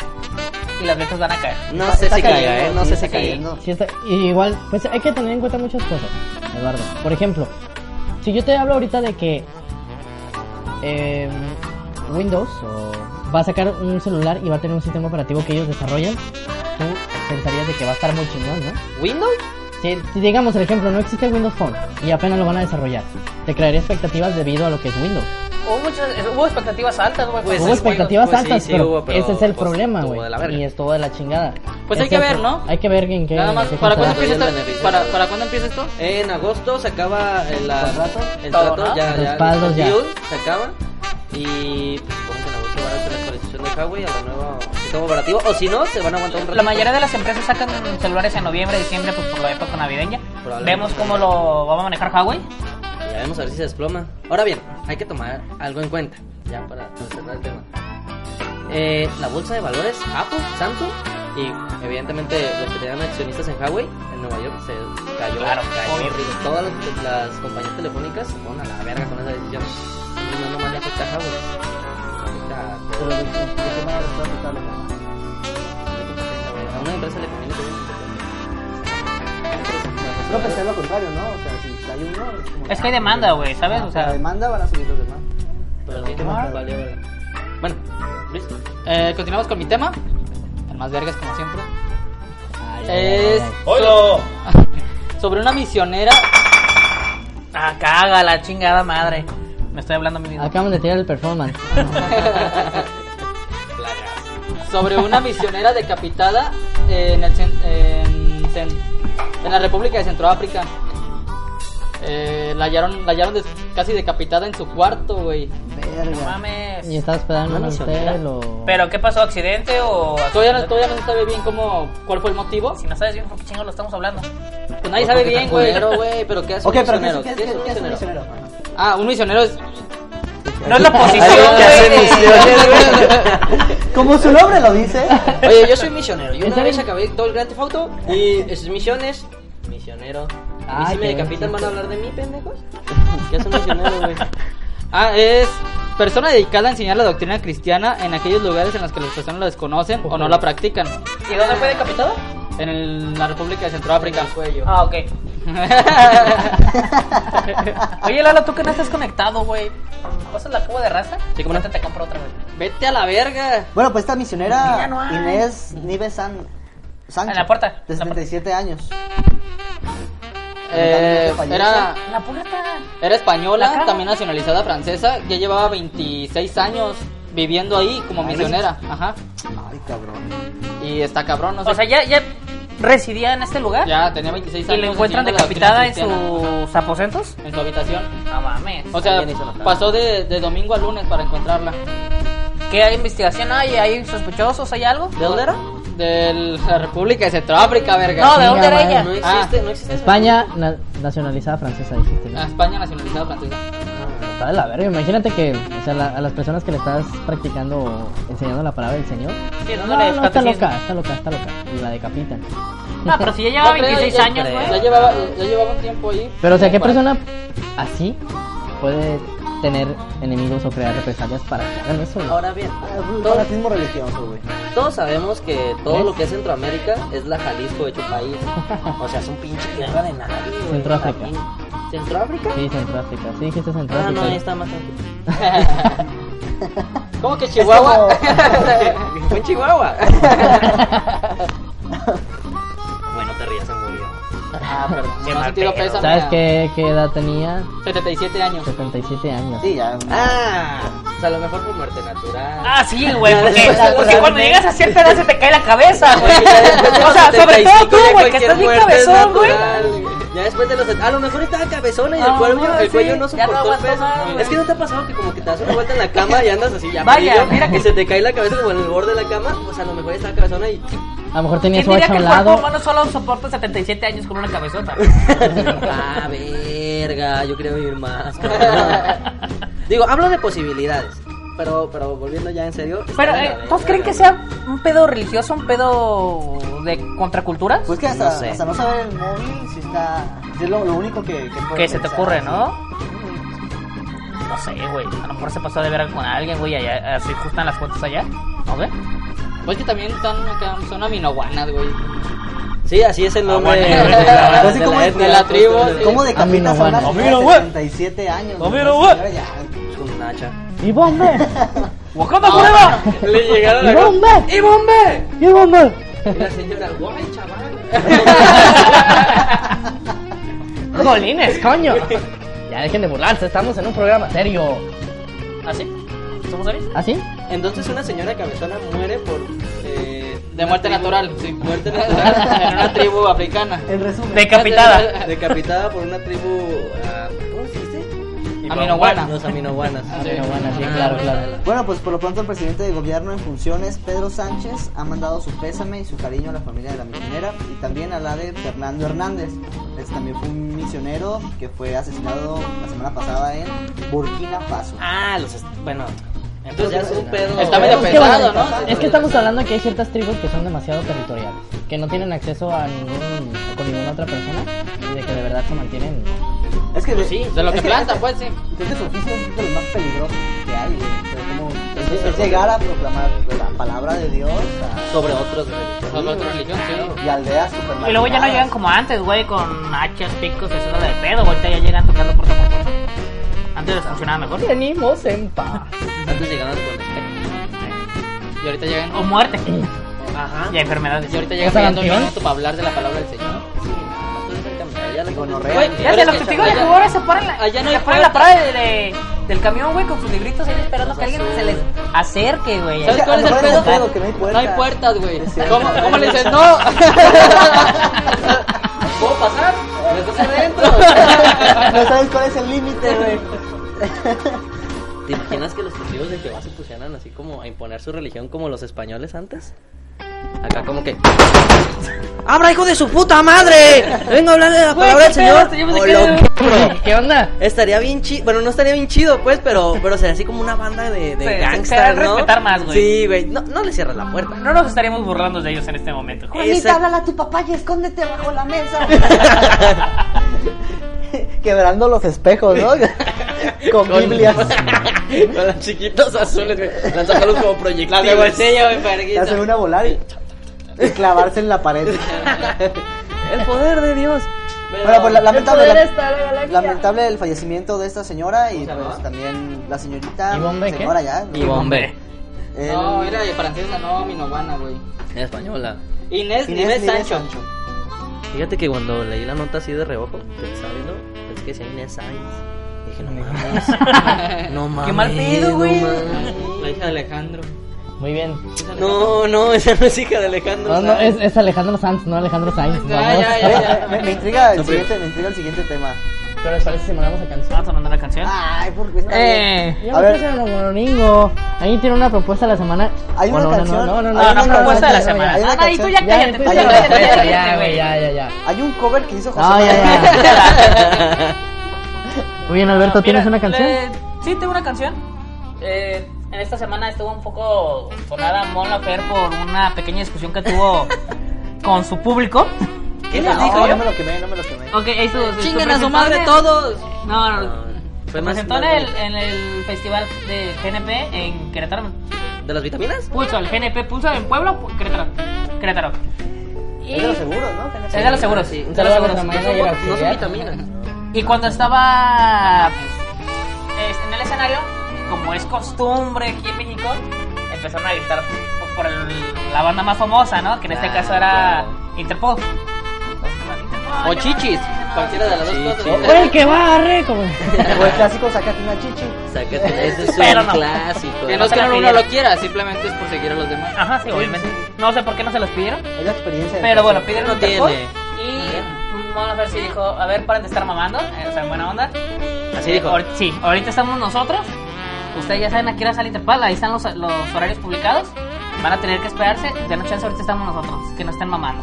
y las ventas van a caer. No sé Está si caiga, cayendo, ¿eh? No sí, sé está si caiga. cayendo. Sí, está- y igual, pues hay que tener en cuenta muchas cosas, Eduardo. Por ejemplo, si yo te hablo ahorita de que eh, Windows o- va a sacar un celular y va a tener un sistema operativo que ellos desarrollan, tú pensarías de que va a estar muy chingón, ¿no? ¿Windows? Si, si digamos, por ejemplo, no existe Windows Phone y apenas lo van a desarrollar, te crearía expectativas debido a lo que es Windows. Hubo, muchas, hubo expectativas altas, güey. Pues hubo es- expectativas pues sí, altas, sí pero, hubo, pero, ese es el pues, problema, estuvo güey. de la verga. Y estuvo de la chingada. Pues Es hay que eso. ver, ¿no? Hay que ver en qué. Nada más, en qué ¿para cuándo, contrato. empieza contrato. Bien, esto? beneficio. ¿Para, ¿Para cuándo empieza esto? En agosto se acaba el, la- el Todo, trato, ¿no? ya, ya, Respaldos el ya. deal se acaba. Y pues, supongo que en agosto van a hacer la actualización de Huawei a la nueva sistema operativo. O si no, se van a aguantar un rato. La mayoría de las empresas sacan celulares en noviembre, diciembre, pues por la época navideña. Probablemente. Vemos cómo lo va a manejar Huawei. Ya vemos a ver si se desploma. Ahora bien, hay que tomar algo en cuenta. Ya para cerrar el tema. Eh, la bolsa de valores Apple, Samsung y evidentemente los que tenían accionistas en Huawei en Nueva York se cayó. Claro, cayó obvio. horrible. Todas las, las compañías telefónicas se fueron a la verga con esa decisión. Y no nomás le afecta a Huawei. Afecta a Pero de, de qué manera lo está afectando. a una empresa le conviene tener un No pensé lo contrario, ¿no? O sea, si hay uno. Es, como- Es que hay demanda, güey, ¿sabes? Ah, O la sea, demanda van a subir los demás. Pero sí, mal. valió verga. Bueno, listo. Eh, continuamos con mi tema. El más vergas, como siempre. Ay, ay, ay, Es. ay. Sobre una misionera. ah, caga la chingada madre. Me estoy hablando a mí mismo. Acaban de tirar el performance. Sobre una misionera decapitada en, el cen- en, cen- en la República de Centroáfrica. Eh, la hallaron, la hallaron des- casi decapitada en su cuarto, güey. No Verga. mames. ¿Y estaba esperando en Una un misionera. hotel o.? ¿Pero qué pasó? ¿Accidente o.? Todavía no, todavía no se sabe bien cómo, cuál fue el motivo. Si no sabes bien por qué chingados lo estamos hablando. Pues nadie sabe bien, güey. Culero, güey, pero ¿qué hace Ok, un pero ¿qué, qué- misionero? ¿Qué hace qué- un qué es un misionero? misionero? Ah, un misionero es No es la posición, ¿Qué hacen güey. ustedes? Como su nombre lo dice. Oye, yo soy misionero. Yo una vez acabé todo el Grand Theft Auto y esas misiones. Misionero. A mí Ay, si me qué decapitan bonito. van a hablar de mí, pendejos. ¿Qué es un misionero, güey? Ah, es persona dedicada a enseñar la doctrina cristiana en aquellos lugares en los que las personas la desconocen o no la practican. ¿Y dónde fue decapitada? En el- la República de Centroáfrica. Ah, ok. Oye, Lalo, tú que no estás conectado, güey. ¿Pasas la cuba de raza? Sí, como no te compro otra, güey. Vete a la verga. Bueno, pues esta misionera Ya no hay. Inés Nives San Sánchez. En la puerta. De 77 años. Eh, era, La puerta. era La española, cara. también nacionalizada francesa. Ya llevaba 26 años viviendo ahí Ah, como Ay, misionera. Ajá. Ay, cabrón. Y está cabrón, no sé. O sea, ya, ya residía en este lugar. ya tenía 26 Y años. la encuentran enseñando la doctrina decapitada en cristiana sus aposentos. en su habitación. No mames. O sea, Alguien hizo la trampa. pasó de, de domingo a lunes para encontrarla. ¿Qué hay investigación? ¿Hay, hay sospechosos? ¿Hay algo? ¿De dónde era? De la República de Centroáfrica, verga. No, ¿de Ah, dónde era ella? No Ah. existe, no existe. España na- nacionalizada francesa, dijiste. ¿no? Ah, España nacionalizada francesa. Está de la verga. Imagínate que o sea, la- a las personas que le estás practicando o enseñando la palabra del Señor. Sí, No, dándole no, está catecismo. loca, está loca, está loca. Y la decapitan. No, Ah, pero si ya llevaba No creo, 26 ya- años, Ya güey. llevaba, ya llevaba un tiempo ahí. Pero, o sea, ¿qué Para- persona así puede tener enemigos o crear represalias para que hagan eso? güey? Ahora bien, Fanatismo religioso, güey. todos sabemos que todo lo que es Centroamérica es la Jalisco hecho país. O sea, es un pinche tierra de nadie, güey. Centroáfrica. También. ¿Centroáfrica? Sí, Centroáfrica. Sí, dijiste Centroáfrica. Ah, no, ahí está más tranquilo. ¿Cómo que Chihuahua? Fue en Chihuahua. bueno, te rías, se murió. ah, perdón. Qué no, mal sentido pedo. pésame ¿Sabes a qué, qué edad tenía? 77 años. 77 años. Sí, ya. Ah, o sea, a lo mejor por muerte natural. Ah, sí, güey, porque, Después de porque los cuando 20. llegas a cierta edad se te cae la cabeza, güey. Ya después de O los sea, sobre 75 todo tú, ya güey, que estás cualquier bien muerte es cabezón, güey. natural. Ya después de los... A lo mejor estaba cabezona y el, Ah, cuello, no, el sí, cuello ya no no soportó el aguantó peso. más, güey. es que no te ha pasado que como que te das una vuelta en la cama y andas así ya Vaya, amarillo, mira que- y se te cae la cabeza como en el borde de la cama. Pues a lo mejor estaba cabezona y... A lo mejor tenía ¿Quién su diría hacha que a un el cuerpo lado. humano solo soporta 77 años con una cabezota? Ah, verga, yo quería vivir más. cabrón. Digo, hablo de posibilidades. Pero, pero volviendo ya en serio. está Pero, de la eh, verga, ¿todos creen que güey. sea un pedo religioso, un pedo de contracultura? Pues que hasta No sé. hasta no saber el móvil si está. si es lo, lo único que. Que, puede que se te pensar, ocurre, sí. ¿no? No sé, güey. A lo mejor se pasó de ver con alguien, güey, allá. Así ajustan las cuentas allá. ¿No ve? Pues que también están acá, son aminoguanas, güey. Ah, Sí, así es el nombre. Aguante, güey. Así de como la el- etnia, de la justo, tribu, de- sí. ¿Cómo de A mí no, capita son bueno. las A señoras de 77 años? A mí güey? no, Señora, güey. ya. Con un hacha. ¡Y bombe! ¡Wakanda Forever! Le llegaron ¡Y bombe! ¡Y bombe! ¡Y bombe! Y la señora, guay, chaval. ¡Golines, coño! Ya dejen de burlarse, estamos en un programa serio. ¿Ah, ¿Así? ¿Somos serios? ¿Ah, sí? Entonces una señora cabezona muere por... eh, De muerte una natural. tribu- Sí, muerte en una natural. tribu africana. En resumen. Decapitada. Decapitada por una tribu... ah, ¿Cómo se dice? Aminoguana. Los aminoguanas. Ah, Pero bueno, sí, claro, claro. Bueno, pues por lo pronto el presidente de gobierno en funciones, Pedro Sánchez, ha mandado su pésame y su cariño a la familia de la misionera y también a la de Fernando Hernández. Este también fue un misionero que fue asesinado la semana pasada en Burkina Faso. Ah, los... est- Bueno. Entonces ya es un pedo... Está medio Es que, bueno, pesado, ¿no? Es que estamos hablando que hay ciertas tribus que son demasiado territoriales, que no tienen acceso a ningún, con ninguna otra persona y de que de verdad se mantienen. Es que Sí, de lo es que plantan, pues sí. Desde su oficio es de los más peligrosos que hay, güey. O sea, como- es- es llegar a proclamar la palabra de Dios a- Sobre otros. güey. Solo otra religión, sí. y aldeas super Y luego ya no llegan como antes, güey, con hachas, picos, eso de pedo, güey. Ahorita ya llegan tocando puerta por puerta. Antes les funcionaba mejor. Venimos en paz. Antes llegaban con respeto. Y ahorita llegan. O muerte. Ajá. Y enfermedades. Y ahorita llegan sea, pegando un ¿campeón? minuto para hablar de la palabra del Señor. Ya le Gonorrea. Güey, Ya Pero de es los que testigos de allá- Jehová se paran la, allá no se hay paran la puerta. parada de, de- del camión, güey, con sus libritos ahí esperando que alguien se les acerque, güey. ¿Sabes que a cuál es lo el mejor es el pedo? pedo, que no hay No puertas. hay puertas, güey. Es cierto. ¿Cómo, ¿Cómo le dices? ¡No! ¿Puedo pasar? ¿Me estás adentro? No sabes cuál es el límite, güey. ¿Te imaginas que los testigos de Jehová se pusieran así como a imponer su religión como los españoles antes? Acá como que... ¡Abra, hijo de su puta madre! Vengo a hablarle la Güey, palabra del qué pedo, señor. te llevas de o cara. lo- ¿Qué onda? Estaría bien chido. Bueno, no estaría bien chido, pues, pero, pero sería así como una banda de, de Se- se gangsters, harán ¿no? respetar más, güey. Sí, güey. No, no le cierres la puerta. No nos estaríamos burlando de ellos en este momento. Juanita, háblale a tu papá y escóndete bajo la mesa. Quebrando los espejos, ¿no? Con Biblias. Con los chiquitos azules, güey. Lanzándolos como proyectiles. La devoltella, güey, verguita. Hacer una volar y, y clavarse en la pared. El poder de Dios. Bueno, pues la- lamentable, El poder la- está en la galaxia. lamentable el fallecimiento de esta señora y pues, también la señorita. ¿Ivonne B, señora qué? ya. ¿no? Ivonne B. El- No, era de francesa, no, minovana, güey. En española. Inés, Inés Nives Nives Sancho. Fíjate que cuando leí la nota así de reojo, pensando, pensé pues, que decía Inés Sainz. Dije, no mames. No mames. Qué mal pedo, no güey. mames. La hija de Alejandro. Muy bien. No, no, esa no es hija de Alejandro. No, no, Sanz. es, es Alejandro Sanz, no Alejandro Sainz. vamos. Eh, Me, me intriga el siguiente, me intriga el siguiente tema. Pero les parece si mandamos la canción. Vamos a mandar la canción. Ay, porque está Eh, bien. a ver. Domingo. Ahí tiene una propuesta de la semana. Hay una Bueno, no, canción. No, no, no, hay no, Ah, una no, propuesta no, de la no, semana. ya, Hay una ya. canción. Ya, cállate, empieza tú ya la cállate, propuesta, cállate, Ya, cállate, güey, ya, ya, ya. Hay un cover que hizo José. Ah, ya, Manuel. Muy bien, Alberto, ¿tienes Ah, Mira, una canción? le- Sí, tengo una canción. Eh, en esta semana estuvo un poco sonada Mona Fer por una pequeña discusión que tuvo con su público. ¿Qué les No, dijo? No yo? me lo quemé, no me lo quemé. Ok, ahí estuvo. estuvo Chinguen a su presentando- madre todos. No, no, no. Fue Se pues más- presentó en más- el, en el festival de GNP en Querétaro. ¿De las vitaminas? Pulso, el GNP Pulso en Puebla, Pu- Querétaro. Querétaro. Y... Es de los seguros, ¿no? Es de los seguros, sí. Un de los saludo a seguros. nuestra manager No son vitaminas. Y cuando estaba es, en el escenario, como es costumbre aquí en México, empezaron a gritar pues, por el- la banda más famosa, ¿no? Que en este Ah, caso era Interpol. O chichis. Cualquiera de las dos cosas. Oye, que barre. Como... O el clásico, Pues sácate una chichi. Sácate, ese es Pero un no. clásico. Que No es que Se la uno pidieron. lo quiera, simplemente es por seguir a los demás. Ajá, sí, obviamente. No sé por qué no se los pidieron. Es la experiencia. de Pero bueno, José. pidieron No Interpol. tiene. Y vamos a ver si dijo, a ver, paren de estar mamando. eh, O sea, en buena onda. Así dijo. Ahor- sí, ahorita estamos nosotros. Ustedes ya saben a qué hora sale Interpal, ahí están los, los horarios publicados. Van a tener que esperarse. Ya no chance, ahorita estamos nosotros, que no estén mamando.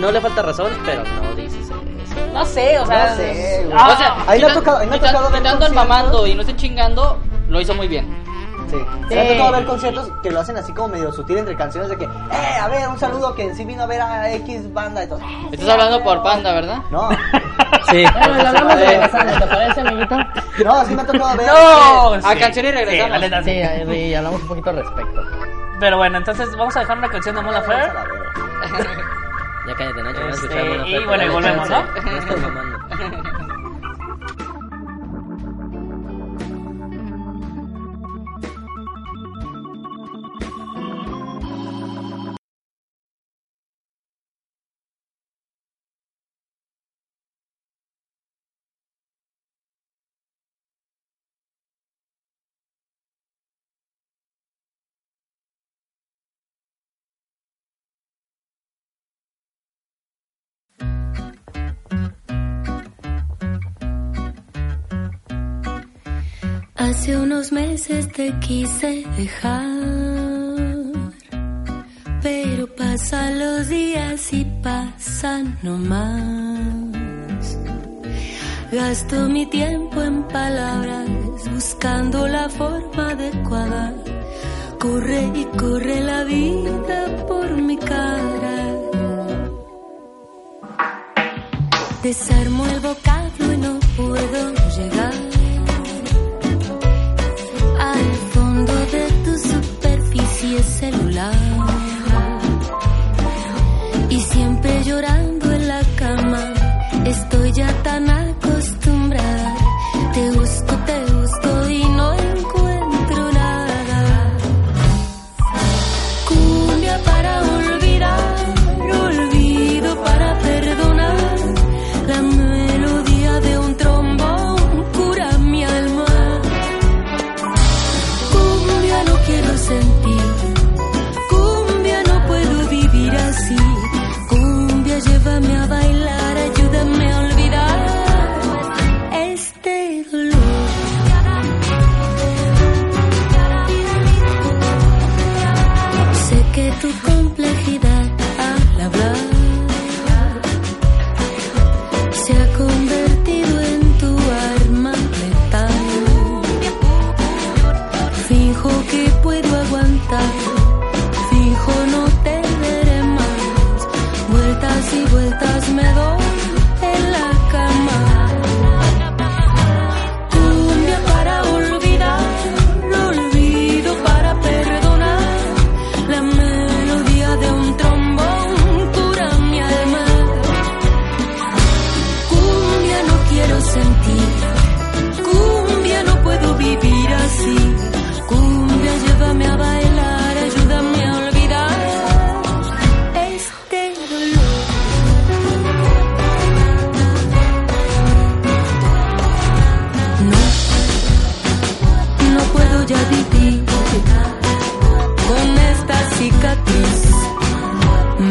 No le falta razón, pero no dices eso. No sé, o sea. No sé, güey. Ah, O sea, Ahí le ha quitan- tocado- ahí le ha quitan- tocado ver quitando conciertos. el mamando y no esté chingando, lo hizo muy bien. Sí. Se ha tocado ver conciertos que lo hacen así como medio sutil entre canciones de que, eh, a ver, un saludo que en sí vino a ver a X banda y todo. Estás hablando por panda, ¿verdad? No, Pues, eh. Sí. Bueno, la hablamos de regresando, ¿te parece, amiguito? no, sí me ha tocado ver. eh. No, A canción y regresamos. Sí, la neta, Sí, sí. ahí- y hablamos un poquito al respecto. Pero bueno, entonces vamos a dejar una canción de Mola Fer. Ya cállate, Nacho. van a escuchar Este, buena y oferta, bueno, y dale volvemos, chance, ¿no? No estás mamando. Hace unos meses te quise dejar, pero pasan los días y pasan nomás. Gasto mi tiempo en palabras, buscando la forma adecuada. Corre y corre la vida por mi cara. Desarmo el vocablo y no puedo llegar al fondo de tu superficie celular. Y siempre llorando en la cama, estoy ya tan acostumbrada. Te busco, te busco y no encuentro nada. Cumbia para olvidar, olvido para perdonar. La melodía este y vueltas me doy en la cama. Cumbia para olvidar, lo olvido para perdonar. La melodía de un trombón cura mi alma. Cumbia no quiero sentir, cumbia no puedo vivir así. Cumbia llévame a bailar, ayúdame a olvidar este dolor. No, no puedo ya vivir con esta cicatriz.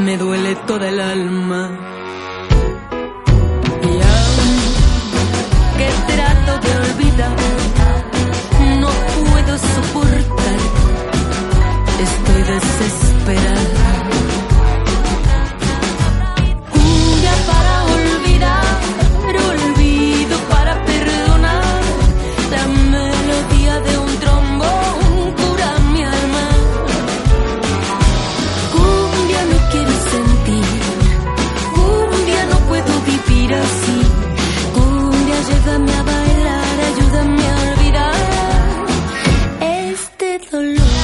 Me duele toda el alma. Y aún que trato de olvidar, no puedo soportar. Estoy desesperada. Cumbia para olvidar, olvido para perdonar. La melodía de un trombón cura mi alma. Cumbia no quiero sentir, cumbia no puedo vivir así. Cumbia llévame a bailar, ayúdame a olvidar este dolor.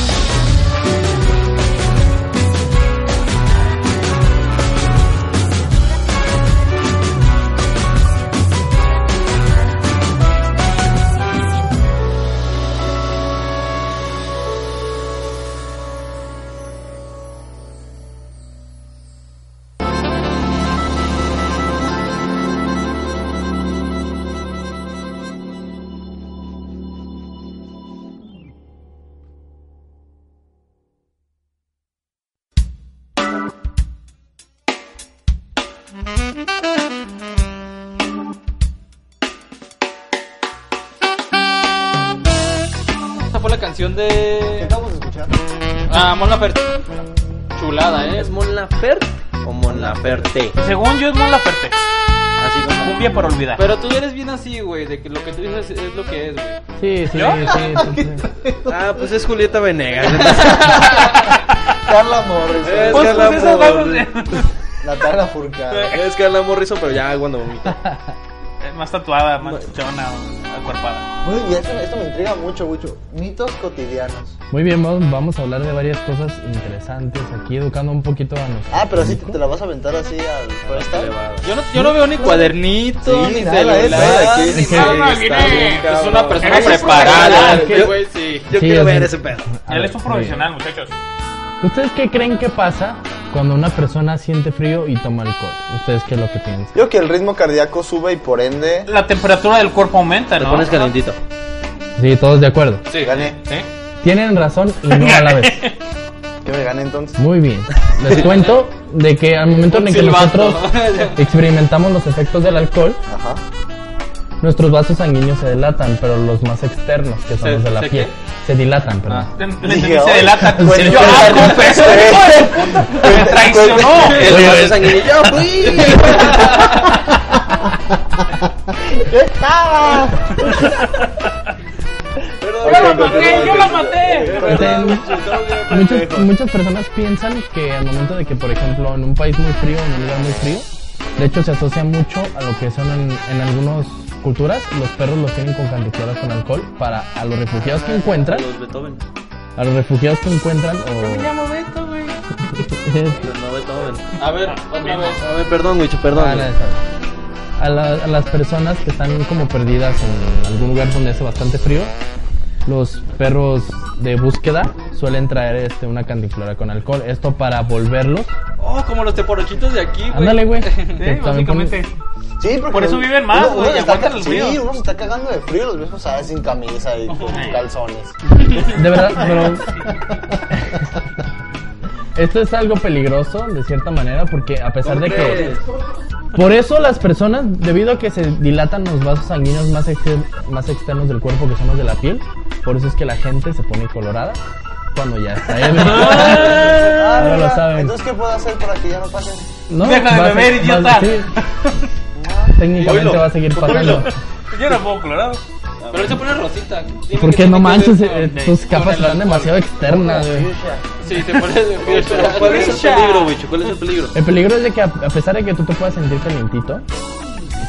Esta fue la canción de. ¿Qué acabamos de escuchar? Ah, Mon Laferte. Chulada, ¿eh? ¿Es Mon Laferte o Mon Laferte? Según yo es Mon Laferte. Así como. Cumbia por olvidar. Pero tú eres bien así, güey, de que lo que tú dices es lo que es, güey. Sí, sí, ¿Yo? sí, sí, sí. Ah, pues es Julieta Venegas. Carla Morrison. Es Pues, Carla pues, esas Morrison. Natalia Furcada. Es Carla Morrison, pero ya cuando vomita. Eh, Más tatuada, más chichona, acuerpada. Muy bien, esto, esto me intriga mucho, mucho. Mitos cotidianos. Muy bien, vamos, vamos a hablar de varias cosas interesantes aquí, educando un poquito a nosotros. Ah, pero sí te, te la vas a aventar así al freestyle. Yo no, yo no veo ni cuadernito, Sí, ni nada, celular. eso, ni sí, nada. está bien, Es cabrón. una persona Eres un preparada. profesional, este yo- güey, sí. Yo Sí, quiero o sea, ver ese pedo. a Él ver, es un muy profesional, muchachos. ¿Ustedes qué creen que pasa cuando una persona siente frío y toma alcohol? ¿Ustedes qué es lo que piensan? Yo que el ritmo cardíaco sube y por ende. La temperatura del cuerpo aumenta, ¿no? calentito. Sí, todos de acuerdo. Sí. Gané. Tienen razón y no a la vez. Que me gané entonces. Muy bien. Les cuento de que al momento en el que silbato. nosotros experimentamos los efectos del alcohol, Ajá. nuestros vasos sanguíneos se dilatan, pero los más externos, que son ¿Se- los de la se piel, se dilatan, perdón. Le Dije, entendí, se "Ay, delata. pues, Yo, yo- ah, confesó, hijo de puta, me traicionó. El Oye, vaso es- sanguíneo. ¡Yo fui! ¡Yo estaba! Yo la maté, yo la maté. Entonces, muchas, muchas personas piensan que al momento de que, por ejemplo, en un país muy frío, en un lugar muy frío, de hecho se asocia mucho a lo que son en, en algunas culturas, los perros los tienen con candicuelas con alcohol para a los refugiados que encuentran, Los Beethoven. a los refugiados que encuentran o... Los no Beethoven. A ver, otra vez. A ver, perdón, Wicho, perdón. Ah, no, está bien. a, la- a las personas que están como perdidas en algún lugar donde hace bastante frío, los perros de búsqueda suelen traer este, una candicuela con alcohol. Esto para volverlos Oh, como los teporochitos de aquí, güey. Ándale, güey. Sí, Que también ponen- básicamente. Sí, porque Por eso viven más, uno- uno güey, se está aguantan ca- el frío. Sí, uno se está cagando de frío, los ves pasar sin camisa y con calzones. De verdad, pero. Esto es algo peligroso, de cierta manera, porque a pesar de que. Por eso las personas, debido a que se dilatan los vasos sanguíneos más, exter- más externos del cuerpo, que son los de la piel, por eso es que la gente se pone colorada cuando ya está ebria. Ahora Ah, lo Ah, Ah, mira, saben. Entonces, ¿qué puedo hacer para que ya no pase? No, Deja de va a se- beber, va a- idiota. sí. Técnicamente va a seguir pasando. Yo no puedo colorado. Ah, Pero él se pone rosita. Dime ¿Por que qué tiene no que manches? ver Eh, con- Tus con capas el están alcohol. demasiado externas, güey. Sí, se pone de fiesta. ¿Cuál es el peligro, bicho? ¿Cuál es el peligro? El peligro es de que a a pesar de que tú te puedas sentir calientito,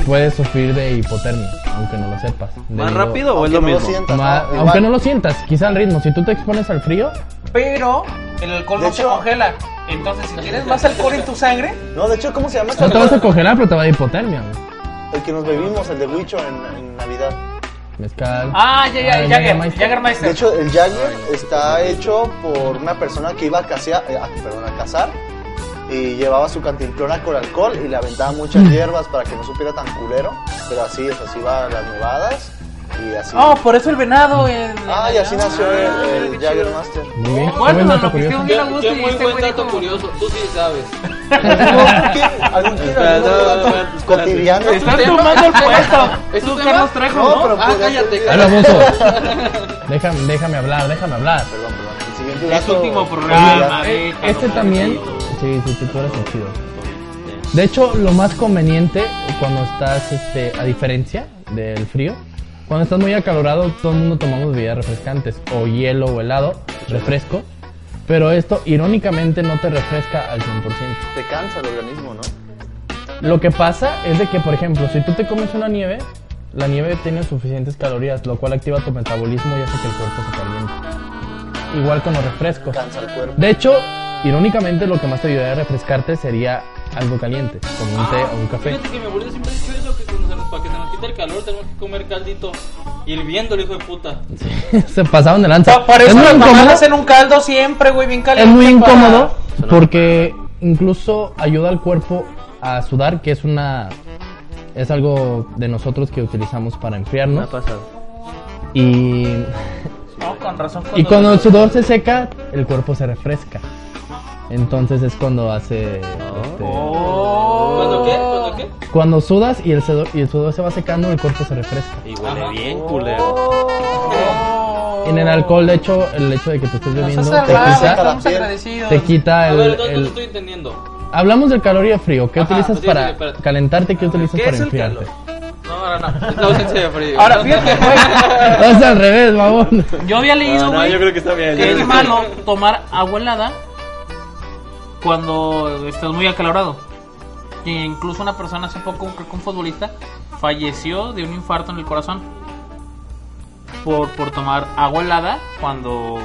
puedes sufrir de hipotermia, aunque no lo sepas. ¿Más Debido- rápido o es lo Aunque no lo mismo? sientas, Ma- ¿no? Igual. aunque no lo sientas, quizá al ritmo. Si tú te expones al frío, Pero el alcohol no se congela. Entonces, si tienes más alcohol en tu sangre, No, de hecho, ¿cómo se llama este no te vas a alcohol? congelar, pero te va a dar hipotermia, güey. El que nos bebimos, el de Huicho en, en Navidad. Mezcal. Ah, ya, ya, Ay, Jagger, Jägermeister. De hecho, el Jagger está hecho por una persona que iba a, casea- eh, a- perdón, a cazar y llevaba su cantimplora con alcohol y le aventaba muchas hierbas para que no supiera tan culero. Pero así es, así va a las nevadas y así. Oh, por eso el venado. El... Ah, y así nació el, el Jagger Master. Muy bien. Bueno, Muy buen dato lo que curioso. tengo- Mira, Gusti, Qué muy este buen güey dato dijo- curioso. Tú sí sabes. Algún tiro, Espera, algún no, dato espérate. cotidiano. Te estás tomando el puesto. Es un Carlos Trejo, No, ¿no? pero Ah, podría cállate. ser- Ay, baboso. déjame, déjame hablar, déjame hablar. Perdón, perdón. El siguiente Es dato- último programa, Eh, déjalo, Este también. Sí, sí, sí, tú eres el chido. De hecho, lo más conveniente cuando estás, este, a diferencia del frío, cuando estás muy acalorado, todo el mundo tomamos bebidas refrescantes, o hielo o helado, refresco. Pero esto, irónicamente, no te refresca al 100%. Te cansa el organismo, ¿no? Lo que pasa es de que, por ejemplo, si tú te comes una nieve, la nieve tiene suficientes calorías, lo cual activa tu metabolismo y hace que el cuerpo se caliente. Igual con los refrescos. Cansa el cuerpo. De hecho, irónicamente, lo que más te ayudaría a refrescarte sería algo caliente, como un té o un café. Ah, Fíjate que mi abuelo siempre ha dicho eso, que cuando se nos, para que se nos quite el calor tenemos que comer caldito. Y hirviendo el hijo de puta. se pasaron de lanza. Por es eso muy las mamás incómodo, hacen un caldo siempre, güey, bien es caliente. muy para- incómodo porque incluso ayuda al cuerpo a sudar, que es una es algo de nosotros que utilizamos para Me ha enfriarnos. pasado. Y No, con razón. Y cuando el sudor se seca, el cuerpo se refresca. Entonces es cuando hace. este, Oh. ¿Cuándo qué? ¿Cuándo qué? Cuando sudas y el, sudor, y el sudor se va secando, el cuerpo se refresca. Y huele bien, culero. Oh. En el alcohol, de hecho, el hecho de que te estés bebiendo Estás te salvado, quita, estamos agradecidos. te quita A el. ver, entonces no el- estoy entendiendo. Hablamos del calor y el frío. ¿Qué Ajá, utilizas sí, sí, para espérate. calentarte? ¿Qué utilizas ¿Qué para es el enfriarte? No, ahora no. Es la ausencia de frío. Ahora, fíjate, güey. Es al revés, vamos. Yo había leído, No, güey, yo creo que está bien. que yo- es malo tomar agua helada cuando estás muy acalorado. Que incluso una persona hace poco, creo que un futbolista, falleció de un infarto en el corazón por, por tomar agua helada cuando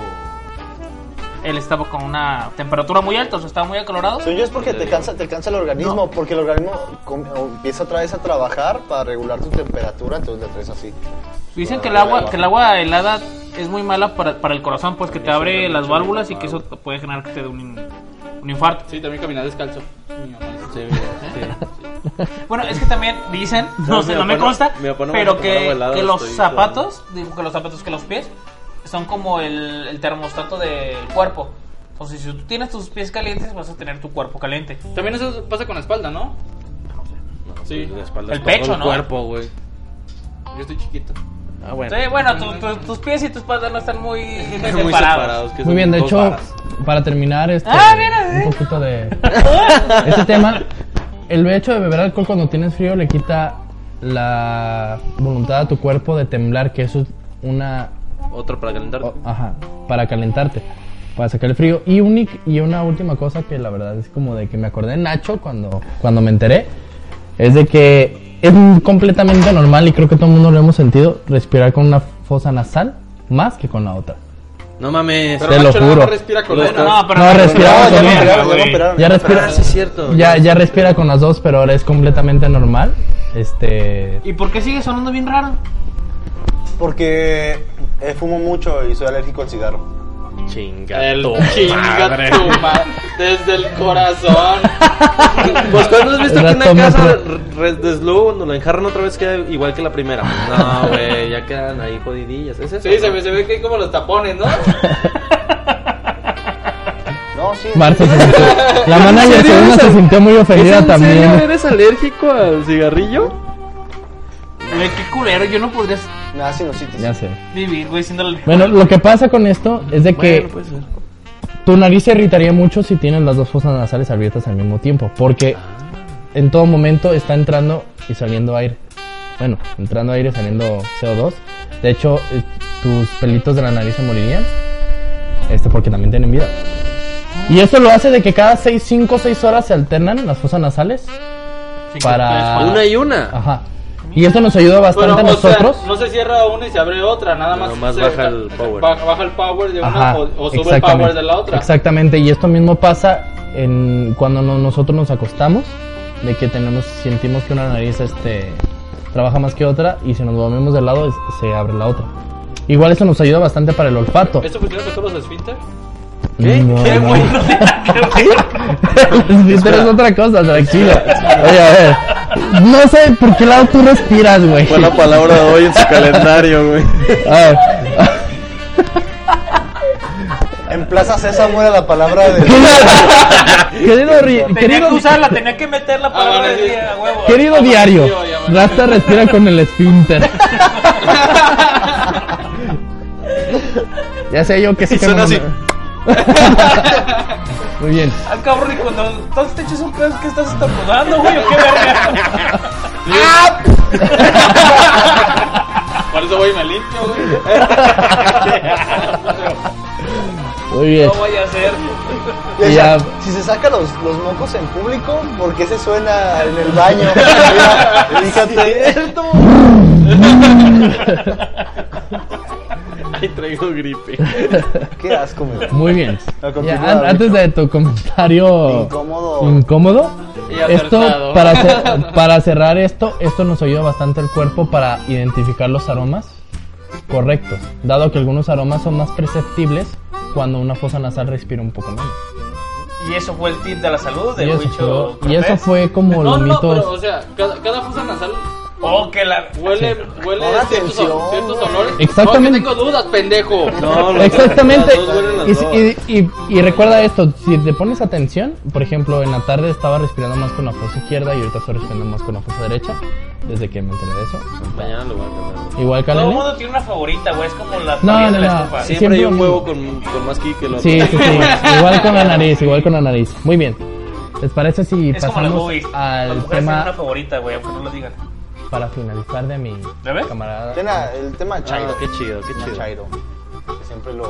él estaba con una temperatura muy alta, o sea, estaba muy acalorado. Soy yo es porque te cansa, te cansa el organismo, porque el organismo com- empieza otra vez a trabajar para regular tu temperatura, entonces le traes así. Dicen que el agua, que el agua helada es muy mala para, para el corazón, pues que te abre las válvulas y que eso puede generar que te dé un, un infarto. Sí, también caminar descalzo. Mi mamá Sí, dice, Bueno, es que también dicen, no, No, sé, mi no me papá no- consta, mi papá no me pero deja tomar que, agua helada, que los estoy zapatos, digo que los zapatos, que los pies, son como el, el termostato del cuerpo. Entonces, si tú tienes tus pies calientes, vas a tener tu cuerpo caliente. También eso pasa con la espalda, ¿no? Sí. La espalda El es todo pecho, ¿no? cuerpo, güey. Yo estoy chiquito. Ah, bueno. Sí, bueno, tu- tu- tus pies y tus espalda no están muy, separados. Muy separados. que Muy son bien, de dos hecho, varas. para terminar este, Ah, mira, sí. un poquito de este tema, el hecho de beber alcohol cuando tienes frío le quita la voluntad a tu cuerpo de temblar, que eso es una... Otro para calentar. o- ajá, para calentarte, para sacar el frío. Y, unic- y una última cosa que la verdad es como de que me acordé de Nacho cuando, cuando me enteré, es de que es completamente normal y creo que todo el mundo lo hemos sentido, respirar con una fosa nasal más que con la otra. No mames. Te lo Nacho nada más juro. respira con Los una. dos. No, pero No, respiramos No, ya con lo una. operaron, ya lo güey. operaron. Ya respira. Ah, sí, es cierto. Ya, ya respira con las dos, pero ahora es completamente normal. Este. ¿Y por qué sigue sonando bien raro? Porque eh, fumo mucho y soy alérgico al cigarro. Chinga. El tu chinga madre. tu ma- Desde el corazón. Pues cuando has visto El que una ratón casa más re- desludo, cuando la enjarran otra vez queda igual que la primera. No, güey, ya quedan ahí jodidillas. ¿Es eso? Sí, se ve, se ve que hay como los tapones, ¿no? No, sí. Marta se sintió. La manager ¿En serio segunda eres se al- sintió muy ¿Es ofendida en también. serio? ¿Eres alérgico al cigarrillo? Güey, qué culero, yo no podría Me da sinusitis. Ya sé. vivir, güey, siendo el... Bueno, lo que pasa con esto es de que Bueno, puede ser. pues. tu nariz se irritaría mucho si tienes las dos fosas nasales abiertas al mismo tiempo. Porque en todo momento está entrando y saliendo aire. Bueno, entrando aire, saliendo CO2. De hecho, eh, tus pelitos de la nariz se morirían. Este, porque también tienen vida. Y eso lo hace de que cada 6, 5 o 6 horas se alternan las fosas nasales. pues, para. tres, Una y una. Ajá. Y eso nos ayuda bastante Bueno, a o sea, nosotros. no se cierra una y se abre otra, nada más. Nomás se- baja el power. ba- Baja el power de una Ajá, o, o sube el exactamente. power de la otra. Exactamente, y esto mismo pasa en cuando no- nosotros nos acostamos, de que tenemos, sentimos que una nariz este trabaja más que otra y si nos movemos de lado es- se abre la otra. Igual eso nos ayuda bastante para el olfato. ¿Eso funciona con todos los esfínteres? No, ¿Qué, no. güey? No tiene nada que ver. El esfínter es otra cosa, tranquilo. Oye, a ver. No sé por qué lado tú respiras, güey. Fue la palabra de hoy en su calendario, güey. A ver. En Plaza César muere la palabra de. Querido, ri- Tenía querido, que usarla, tenía que meter la palabra del día, a huevo. querido diario, Rasta respira con el esfínter. Ah, Ya sé yo que sí Y que suena no- así. Muy bien. Ah, cabrón, y cuando entonces te echas un pedo, es que estás estornudando, güey, o qué verga. Por eso voy y me limpio, güey. Muy bien. voy a hacer. Y Ya. esa- Si se saca los, los mocos en público, ¿por qué se suena en el baño? Mira, Fíjate. Ay, traigo gripe. Qué asco, güey. Muy bien. A Ya, continuar, an- antes de tu comentario Incómodo. incómodo, Y esto acertado. para, cer- para cerrar esto, esto nos ayuda bastante el cuerpo para identificar los aromas correctos, dado que algunos aromas son más perceptibles cuando una fosa nasal respira un poco menos. Y eso fue el tip de la salud Y del eso Huicho. fue- y eso fue como No, los no, mitos. Pero, o sea, cada, cada fosa nasal. Oh, que la. Huele, huele Pon ciertos, atención, ciertos olores. Exactamente. No, que tengo dudas, pendejo. Exactamente. Las dos huelen las Y, dos. si- y- y- y recuerda esto, si te pones atención, por ejemplo, en la tarde estaba respirando más con la fosa izquierda y ahorita estoy respirando más con la fosa derecha, desde que me enteré de eso. Mañana lo voy a cantar. Igual Todo el Canelo. mundo tiene una favorita, güey, es como la No, teoría no, de la no. estufa. Sí, Siempre hay un Siempre huevo con, con más kick que el otro. Sí, sí, sí. igual con la nariz, igual con la nariz. Muy bien. ¿Les parece si Es como las pasamos boobies. Las al mujeres tienen una tema favorita, güey, aunque no lo digan. para finalizar de mi camarada? Tena, el tema Chairo. Ah, qué chido, qué chido. Chairo. Siempre lo.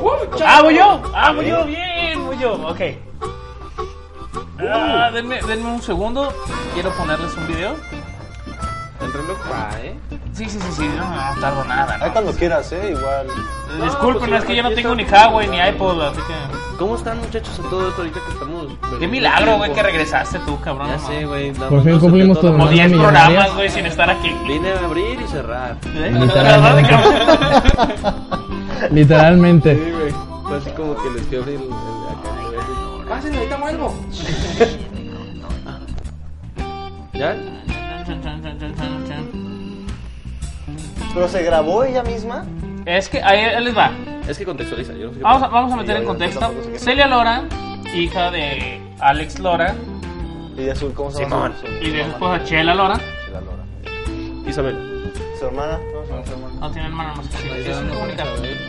Ah, voy yo. Ah, voy yo, bien, voy yo. Ok. Uh. Ah, denme, denme un segundo. Quiero ponerles un video. El reloj va, ¿eh? Sí, sí, sí, sí. No, no, no tardo nada. ¿no? Ahí cuando quieras, ¿eh? Igual. pues, Eh, Disculpen, es que yo no tengo ni Huawei ni iPod, así que. ¿Cómo están, muchachos, a todo esto ahorita que estamos? Qué milagro, güey, que regresaste tú, cabrón. Ya sé, güey. nada Por más fin nos cumplimos salió todo tu mal. Como 10 programas, güey, sin estar aquí. Vine a abrir y cerrar. Literalmente. Literalmente. Sí, güey. Fue así como que les fui a abrir el, el- acá. el- el- Pásenme, ahorita vuelvo. ¿Ya? Pero se grabó ella misma. Es que ahí ahí les va. Es que contextualiza. Yo no sé qué Vamos a, pasa. vamos a Sí, meter en yo- yo contexto. tampoco sé qué pasa. Celia Lora, hija de Alex Lora Y de azul, ¿cómo se Simón. llama? su- su- y de su mamá? esposa Chela Lora, Chela Lora. Isabel. Su hermana. No, su- su hermana. no tiene hermana más que sí. Es está, muy bonita.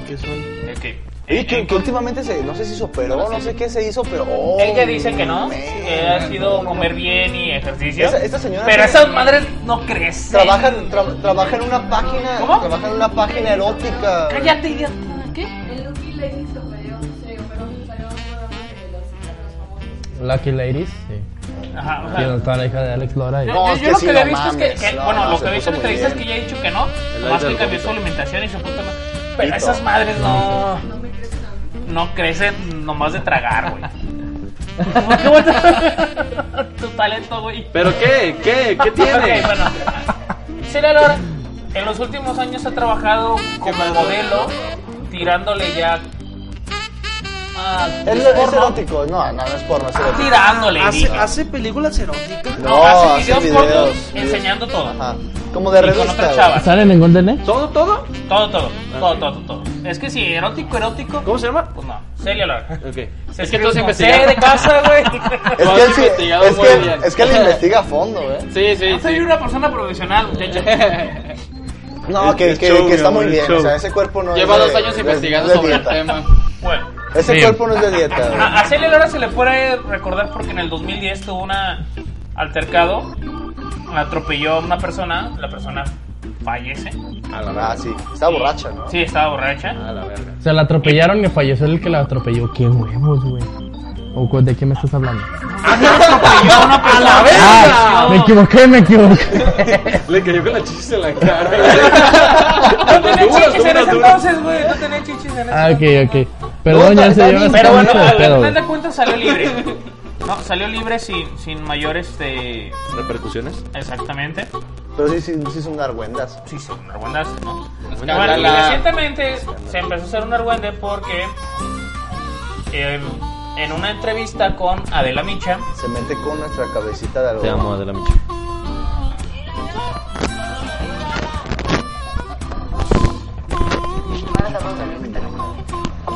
¿Qué son? Ok. Y que, que últimamente se, no sé si se operó, no sé qué se hizo, pero. oh, Ella dice que no, que ha sido comer bien y ejercicio. Esa- esta señora pero tiene- esas madres no crecen. Trabajan, tra- trabaja en una página. Trabaja en una página erótica. Cállate, idiota. ¿Qué? El Lucky Lady se operó, se operó, salió un programa de los cigarros famosos. Lucky Ladies, sí. Ajá, o sea, Y donde estaba la hija de Alex Lora. y- Yo, No, yo- es yo que lo sí, que le he no visto es mames, que, que- no, bueno, no, lo se que he visto en puso muy entrevistas es que bien. ya he dicho que no, El más que Alter cambió su Gordon. alimentación y su puta madre. Pero Pito. esas madres no. No crecen nomás de tragar, güey. ¿Por qué vas a- tu talento, güey? ¿Pero qué? ¿Qué? ¿Qué tiene? Ok, bueno. Celia Lora, en los últimos años ha trabajado como modelo, tirándole ya. a Es, es porno. erótico. No, no, no es porno, es erótico. Ah, Ah, Tirándole, ¿Hace, digo. hace películas eróticas? No, No, hace hace videos cortos videos, videos. enseñando todo. Ajá. Como de Y con revista. otras güey. chavas. ¿Salen en Golden Age? ¿Todo, todo? Todo, todo, Ah, todo, todo, todo. Es que si erótico, erótico, ¿Cómo se llama? pues no. Celia Lora. Ok. Se Es que todos escribe con C investigaron. de casa, güey. Es Lo que, has él sí- investigado es, muy que, bien. es que él investiga a fondo, ¿eh? Sí, sí, Ah, Soy sí. una persona profesional, muchacho. No, Es que, el que, show, que está mi muy amor, el bien. show. O sea, ese cuerpo no Lleva es de- dos años de- investigando de sobre el dieta. tema. Bueno, Ese Bien. cuerpo no es de dieta. güey. a, a Celia Lora se le puede recordar porque en el 2010 tuvo una altercado, la atropelló a una persona, la persona fallece. A la verga. Ah, sí. Estaba borracha, ¿no? Sí, estaba borracha. A la verga. Se la atropellaron y falleció el que la atropelló. ¡Qué huevos, güey! ¿O cu- de qué me estás hablando? Ah, ¡A la Ah, me equivoqué, me equivoqué. Le cayó con la chichis en la cara. güey. No tenía Duras, chichis en duras, ese duras. entonces, güey. No tenía chichis en ese Ah, ok, ok. Perdón, ya se lleva Pero bueno, mucho de al pedo, final güey. de cuentas salió libre. No, salió libre sin, sin mayor este... ¿Repercusiones? Exactamente. Pero sí, sí, sí son argüendas. Sí, son argüendas, ¿no? Una Bueno, y gala. recientemente se empezó a hacer un argüende porque eh, en una entrevista con Adela Micha, Se mete con nuestra cabecita de algo. Te amo, Adela Micha.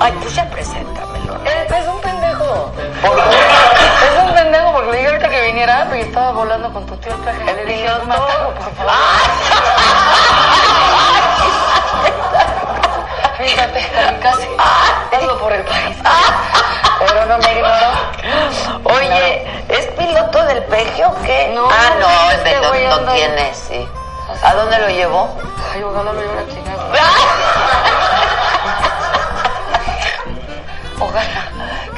Aquí se preséntamelo. Eh, es un pendejo. Es un pendejo porque le dije ahorita que viniera y estaba volando con tu tío el peje. Le dije, mátalo, por favor. Ah, Ah. Fíjate, casi. Hazlo por el país. Pero no me ignoró. Oye, ¿es piloto del peje o qué? No, Ah, no, es este güey verdad, no anda- tiene, sí. ¿A dónde lo llevó? Ay, ojalá lo llevara chingada. Ojalá.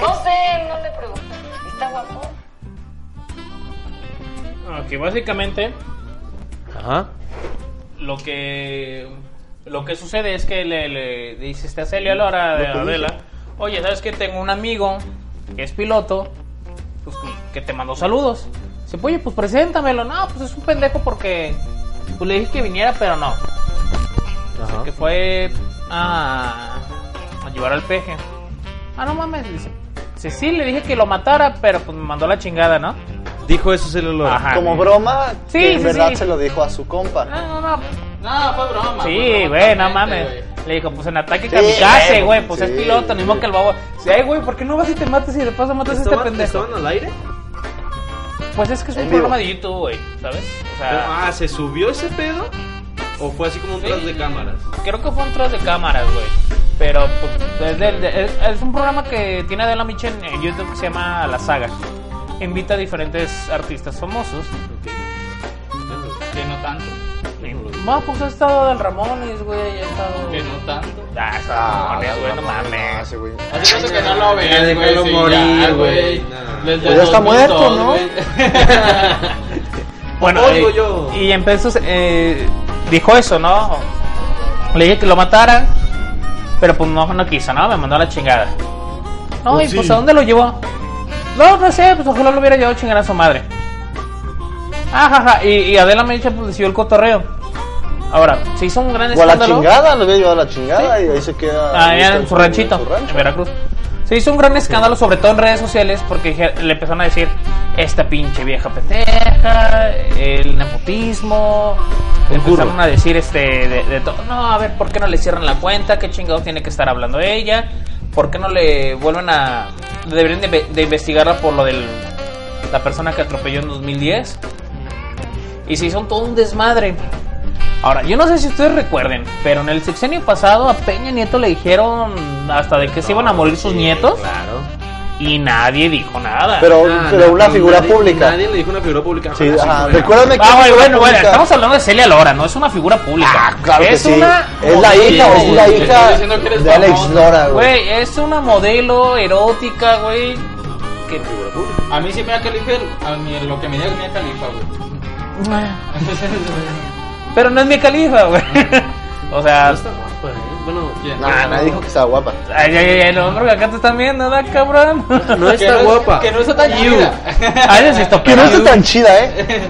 No sé, no le pregunté. Está guapo. que básicamente Ajá. lo que lo que sucede es que le, le dice este a Celia Lora de Lo que Adela, dice. oye, ¿sabes que tengo un amigo que es piloto pues, que- que te mandó saludos? Dice, oye, pues preséntamelo. No, pues es un pendejo porque pues, le dije que viniera, pero no. Ajá. que fue a, a llevar al peje. Ah, no mames, dice. Sí, sí, le dije que lo matara, pero pues me mandó la chingada, ¿no? Dijo eso se lo Ajá. Como broma, Sí, que en sí, verdad sí. se lo dijo a su compa. No, no, No, fue Ah, broma. Sí, güey, no mames. Le dijo, pues en ataque Sí, kamikaze, güey, güey, pues sí, es piloto, ni modo que el babo. Sí, ay, güey, ¿por qué no vas y te matas y de paso matas a este ¿Estaban- pendejo? ¿Estaban al aire? Pues es que es un En vivo. programa de YouTube, güey, ¿sabes? O sea, ah, ¿se subió ese pedo? ¿O fue así como un tras de cámaras? creo que fue un tras de cámaras, güey. Pero pues, es, del- de- es- es un programa que tiene Adela Micha en, en YouTube que se llama La Saga. Invita a diferentes artistas famosos. Que no tanto. No, pues ha estado del Ramones, güey, ha estado... Que no tanto. Ya, está Ah, Ramones, güey, no mames. Hace rato que no lo ves, Ya güey, déjalo sí, morir, ya, güey. Desde Pues ya está 2002, muerto, ¿no? güey. Bueno, Oigo eh, y entonces eh, dijo eso, ¿no? Le dije que lo matara, pero pues no, no quiso, ¿no? Me mandó a la chingada. No, Pues y pues sí. ¿a dónde lo llevó? No, no sé, pues ojalá lo hubiera llevado a chingar a su madre. Ajaja, y, y Adela me dice, pues decidió el cotorreo. Ahora, se hizo un gran O a la escándalo. chingada, lo había llevado a la chingada y ahí se queda. Allá listo Ah, en su ranchito, en su rancho. en Veracruz. Se hizo un gran escándalo, sobre todo en redes sociales, porque dije- le empezaron a decir, esta pinche vieja pendeja, el nepotismo. Empezaron a decir este de, de todo. No, a ver, ¿por qué no le cierran la cuenta? ¿Qué chingado tiene que estar hablando ella? ¿Por qué no le vuelven a... Deberían de, de investigarla por lo del... La persona que atropelló en 2010. Y se hizo todo un desmadre. Ahora, yo no sé si ustedes recuerden, pero en el sexenio pasado a Peña Nieto le dijeron hasta de que se iban a morir sus nietos. Claro. Y nadie dijo nada. Pero- pero una figura pública. Nadie le dijo una figura pública. Sí, ojalá ajá, fuera. recuérdame que- Ah, güey, figura bueno, bueno, pública. Ah, estamos hablando de Celia Lora, no es una figura pública. claro que es sí. una Es la modelo, hija, es la güey. hija de Alex Lora, güey. Güey, es una modelo erótica, güey. Que A mí sí me da califa, a mí lo que me diga es me da califa, güey. Pero no es mi califa, güey. O sea, pues, ¿eh? Bueno, Nah, nadie dijo que estaba guapa. ay, ay, ay, el hombre que acá te están viendo, ¿verdad, cabrón? No está Que no es- guapa. que no está tan chida. Ay, es esto, Que no está tan chida, ¿eh?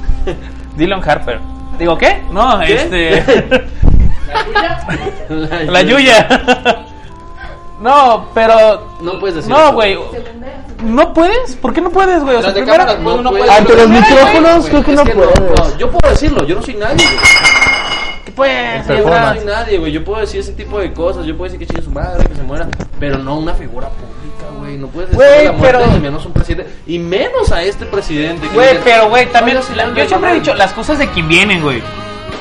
Dylan Harper. Digo, ¿qué? No, ¿Qué? este. La La Yuya. no, pero. No puedes decir No, eso. güey. ¿No puedes? ¿por qué no puedes, güey? O sea, Tras de primero- cámaras, pues, uno No puede- puedes. Ante los Primero, micrófonos, güey, creo que es no puedes. no. Yo puedo decirlo, yo no soy nadie. ¿Qué puedes? Yo no soy nadie, güey. Yo puedo decir ese tipo de cosas. Yo puedo decir que chingue su madre, que se muera. Pero no una figura pública, güey. No puedes decir Güey, la muerte, pero- ni menos un presidente. Y menos a este presidente. que Güey, dice, pero güey, también "Oye, la- Silvia, yo siempre he mamá". dicho las cosas de quien vienen, güey.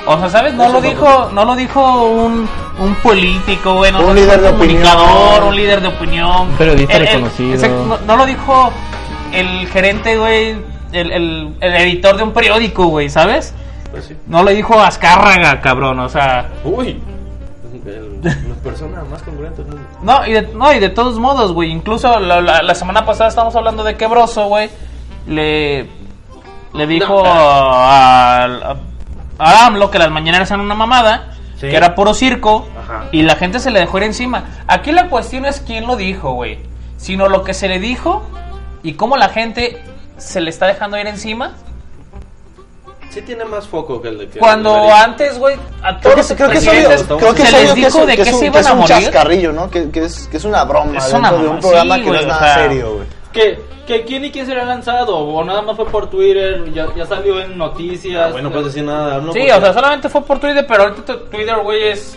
O sea, ¿sabes? No Eso lo es lo dijo, no lo dijo un, un político, güey, no Un lo dijo líder de un comunicador, opinión. un líder de opinión, Un periodista El- el- reconocido. ese- no, no lo dijo el gerente, güey, el, el- el editor de un periódico, güey, ¿sabes? Pues sí. No le dijo Azcárraga, cabrón, o sea. Uy. El- la persona más congruente del mundo. No, y de, no, y de todos modos, güey. Incluso la, la- la semana pasada estábamos hablando de Quebroso, güey. Le, le dijo al- a, a AMLO que las mañaneras eran una mamada, que era puro circo, y la gente se le dejó ir encima. Aquí la cuestión es quién lo dijo, güey. Sino lo que se le dijo y cómo la gente se le está dejando ir encima. Sí tiene más foco que el de que Cuando debería. antes, güey, a Creo todos que, los creo que es presidentes obvio, creo que se es les obvio que es dijo un, de que es qué un- se que iban es a un morir. chascarrillo, ¿no? Que, que es, que es una broma Es dentro una de un mamá, programa sí, que no güey, es o nada sea. serio, güey. Que, que quién y quién se le ha lanzado, o nada más fue por Twitter, ya, ya salió en noticias. Ah, bueno, puedes decir nada. No, Sí, porque- o sea, solamente fue por Twitter, pero ahorita tu- Twitter, güey, es.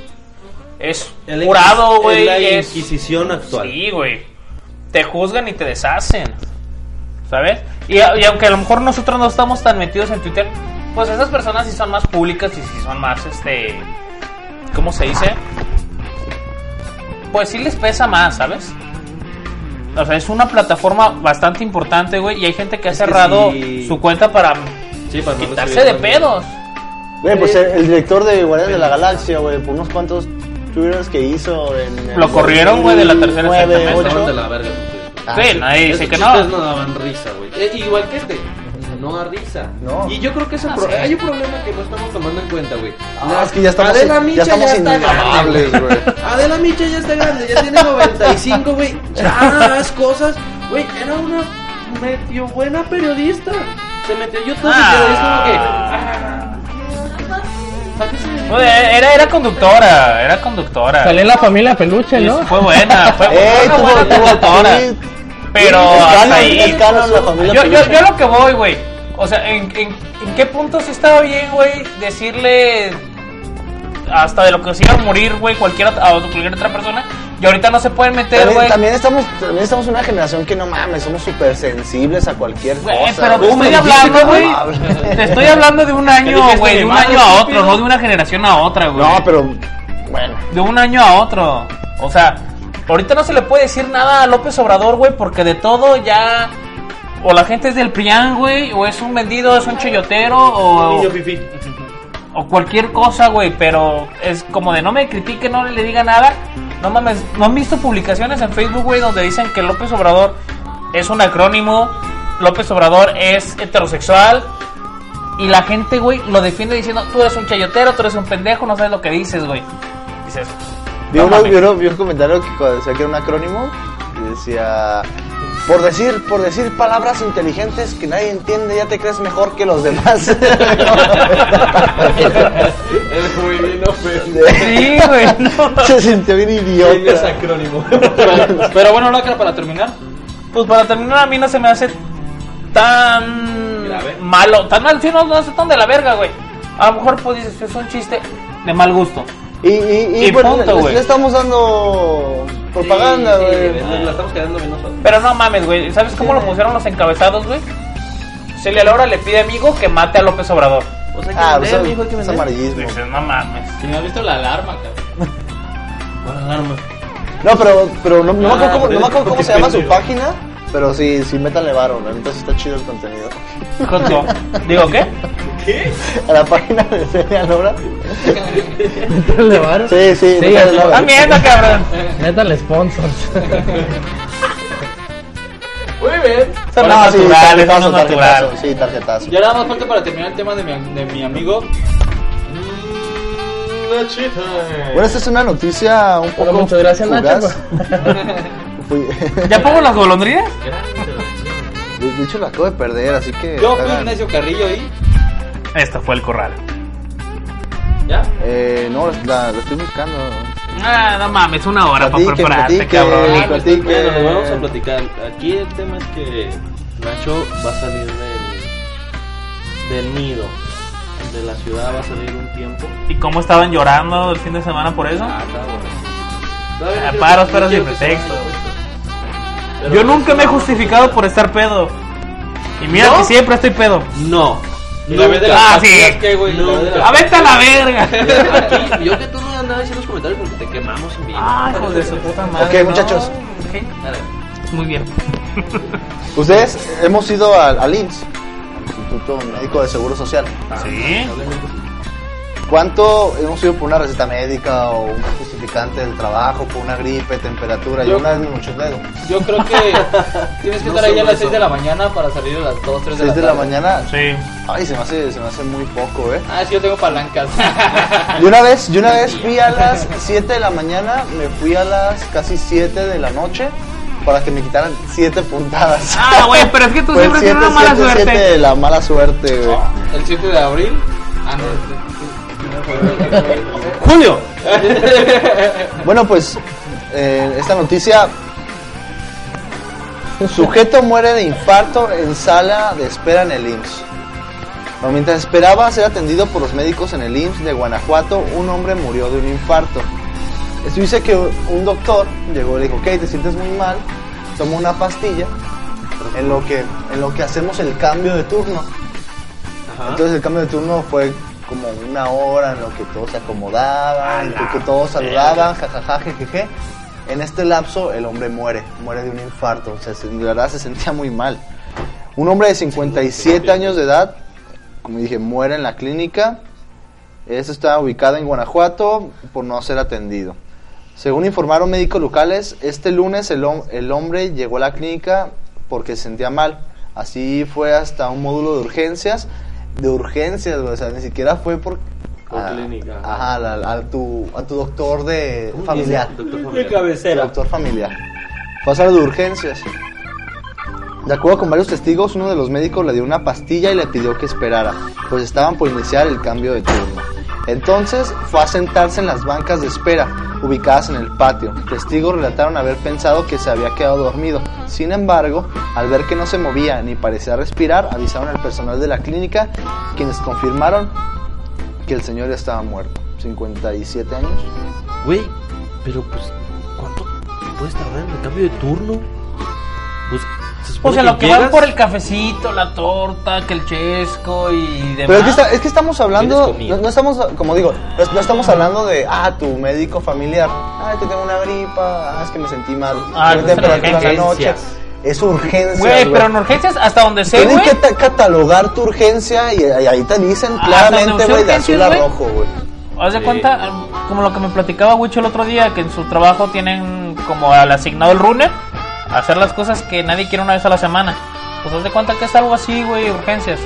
Es El jurado, Inquis- güey. es la Es Inquisición actual. Sí, güey. Te juzgan y te deshacen. ¿Sabes? Y, a- y aunque a lo mejor nosotros no estamos tan metidos en Twitter, pues esas personas sí son más públicas y sí son más, este. ¿Cómo se dice? Pues sí les pesa más, ¿sabes? O sea, es una plataforma bastante importante, güey, y hay gente que ha cerrado sí. su cuenta para no quitarse recibir de también. pedos. Güey, pues el, el director de Guardianes de la Galaxia, güey, por unos cuantos twitters que hizo en... en Lo corrieron, güey, de la tercera 2009, exactamente. ocho. Estaban de la verga. Ah, sí, nadie dice Esos que no. chistes no daban risa, güey. Eh, igual que este. No da risa. No. Y yo creo que es un Ah, pro- sí. hay un problema que no estamos tomando en cuenta, güey. Ah, La- es que ya estamos- Adela ya Micha ya, estamos está grande. inmamables, güey. Adela Micha ya está grande, ya tiene 95, güey. Ya haz cosas. Güey, era una medio buena periodista. Se metió a Ah. YouTube y quedó ahí como que. ah, No, Era, era conductora, era conductora. Salió en la familia peluche, Sí, ¿no? Fue buena, fue Eh, buena, tuvo- buena tuvo- conductora. sí. Pero Es hasta canon, ahí. es canon la familia yo, yo, peluche. yo lo que voy, güey. O sea, ¿en, en, en qué punto sí estaba bien, güey? Decirle hasta de lo que se iba a morir, güey, cualquier, ot- a cualquier otra persona. Y ahorita no se pueden meter, También, güey. también estamos también estamos una generación que no mames, somos súper sensibles a cualquier Eh, cosa. pero te güey. estoy hablando, güey. Te estoy hablando de un año, dijiste, güey. De un madre, año a otro, estúpido. no de una generación a otra, güey. No, pero bueno. De un año a otro. O sea, ahorita no se le puede decir nada a López Obrador, güey, porque de todo ya. O la gente es del PRIAN, güey, o es un vendido, es un cheyotero, o. Niño fifí. O cualquier cosa, güey, pero es como de no me critique, no le diga nada. No mames, ¿no han visto publicaciones en Facebook, güey, donde dicen que López Obrador es un acrónimo, López Obrador es heterosexual? Y la gente, güey, lo defiende diciendo, tú eres un chayotero, tú eres un pendejo, no sabes lo que dices, güey. Dices, Vi, No uno- mames. vi uno- vi un comentario que cuando decía que era un acrónimo y decía por decir por decir palabras inteligentes que nadie entiende ya te crees mejor que los demás. El juvenil Sí, güey. Se sintió bien Es idiota. acrónimo. Pero bueno, Lacra, para terminar, Pues para terminar, a mí no se me hace tan malo, tan mal, sí, no, no hace tan de la verga, güey. A lo mejor pues dices, es un chiste de mal gusto. Y, y, y, Y bueno, punto, le- le, güey. estamos dando propaganda, Sí, sí, güey. la estamos quedando bien nosotros. Pero no mames, güey, ¿sabes cómo lo pusieron los encabezados, güey? Celia Laura le pide a amigo que mate a López Obrador. O sea, Ah, que pues, vender, mijo, hay que es vender. amarillismo. Dices, no mames. si no has visto la alarma, cabrón. No, pero, pero no, no me Ah, acuerdo cómo, no me acuerdo cómo se llama su pendejo. página, pero sí, sí, métanle varo, la neta sí está chido el contenido. Hot dog. ¿Digo qué? A la página de Celia Lora. ¿Métale varo? Sí, sí, métale así- varo. También, no, cabrón. Métale sponsors. Muy bien. No, Fueron sí, naturales, tarjetazo, fueron naturales. tarjetazo, sí, tarjetazo. Ya nada más falta para terminar el tema de mi, de mi amigo. Mm, La chita. Bueno, esta es una noticia un poco Pero muchas gracias, Nacho. fugaz. Fui- ¿Ya pongo las golondrinas? de de hecho, la acabo de perder, así que... Yo fui hagan- Ignacio Carrillo ahí. Esto fue el corral. ¿Ya? Eh, no, la, la estoy buscando. Ah, no mames, una hora para Platiquen, prepararte, platiquen. cabrón. Ah, pues, Platiquen. Bueno, nos vamos a platicar. Aquí el tema es que Nacho va a salir del, del nido. De la ciudad va a salir un tiempo. ¿Y cómo estaban llorando el fin de semana por eso? Ah, está bueno. Todavía no Ah, quiero- paros, no paros quiero sin que se pretexto. vaya, pero- Yo nunca me he justificado por estar pedo. Y mira ¿No? que siempre estoy pedo. No. Y la vez de las Ah, pastillas, sí. ¿qué, güey? No. La vez de las- ¡A vete a la verga! Aquí, yo que tú no andabas diciendo los comentarios porque te quemamos en vivo. Ay, hijo de su puta madre. Ok, muchachos. Ok, Dale. Muy bien. Ustedes hemos ido al, al IMSS. Instituto Médico de Seguro Social. Ah. Sí. ¿Cuánto hemos ido por una receta médica o un justificante del trabajo, por una gripe, temperatura? Yo, Yo- una vez me moché el dedo. Yo creo que tienes que No estar ahí sé a las eso. 6 de la mañana para salir a las 2, 3 de la ¿Seis tarde. de la mañana? Sí. Ay, se me hace, se me hace muy poco, ¿eh? Ah, sí, yo tengo palancas. Yo una vez, yo una vez fui a las 7 de la mañana, me fui a las casi 7 de la noche para que me quitaran 7 puntadas. Ah, güey, pero es que tú Fue siempre tienes una mala suerte. de la mala suerte, güey. El 7 de abril. Ah, no. Julio. bueno, pues eh, esta noticia. Sujeto muere de infarto en sala de espera en el IMSS. Bueno, mientras esperaba ser atendido por los médicos en el IMSS de Guanajuato, un hombre murió de un infarto. Esto dice que un doctor llegó y le dijo, ok, te sientes muy mal, toma una pastilla, en lo que, en lo que hacemos el cambio de turno. Entonces el cambio de turno fue como una hora en lo que todos se acomodaban, en lo que todos saludaban, jajaja, jejeje. En este lapso el hombre muere, muere de un infarto, o sea, se- de verdad se sentía muy mal. Un hombre de 57 años de edad, como dije, muere en la clínica. Esto está ubicado en Guanajuato por no ser atendido. Según informaron médicos locales, este lunes el, hom- el hombre llegó a la clínica porque se sentía mal. Así fue hasta un módulo de urgencias. De urgencias, güey, o sea, ni siquiera fue por... a- Ajá, al- al- a tu, a tu doctor de ¿Cómo familiar. dice? Doctor familiar. De cabecera. Doctor familiar. Pasar de urgencias. De acuerdo con varios testigos, uno de los médicos le dio una pastilla y le pidió que esperara, pues estaban por iniciar el cambio de turno. Entonces fue a sentarse en las bancas de espera, ubicadas en el patio. Testigos relataron haber pensado que se había quedado dormido. Sin embargo, al ver que no se movía ni parecía respirar, avisaron al personal de la clínica, quienes confirmaron que el señor ya estaba muerto. 57 años. Güey, pero pues, ¿cuánto puedes tardar en el cambio de turno? Pues, se O supone sea, lo que van llegas- por el cafecito, la torta, que el chesco y demás. Pero es que, está- es que estamos hablando, no, no estamos, como digo, no, no estamos hablando de, ah, tu médico familiar, ah, es que tengo una gripa, ah, es que me sentí mal, Ah, tengo no, son temperatura en la noche. urgencias. Es urgencia. Güey, pero en urgencias hasta donde sé, Tienen güey. que ta- catalogar tu urgencia y, y ahí te dicen Ah, claramente, hasta güey, de urgencias, azul a güey. rojo, güey. Haz de Sí. cuenta, eh, como lo que me platicaba Wicho el otro día, que en su trabajo tienen como al asignado el runner, hacer las cosas que nadie quiere una vez a la semana. Pues haz de cuenta que es algo así, güey, urgencias.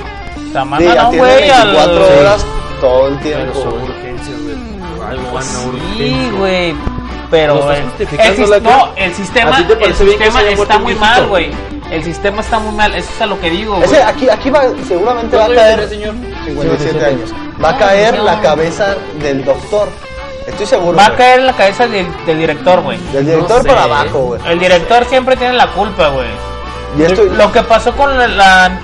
O sea, mandan a un atienden güey al... 24 horas todo el tiempo. Pero son güey. urgencias, güey. Ay, Juan, Sí, urgencia. güey. Pero No estás el- justificando el sis- la que- no, el ¿A sistema, ti te el parece bien que se sistema haya muerto está un muy viejito? mal, güey. El sistema está muy mal, eso es a lo que digo, güey. Ese, aquí, aquí va, seguramente va a ¿Cuántos caer. años tiene, señor? 57 años. Va Ah, a caer la cabeza del doctor. Estoy seguro. Va a güey. caer en la cabeza del, del director, güey. Del director para abajo, güey. El director siempre tiene la culpa, güey. Y esto- Lo que pasó con la, la-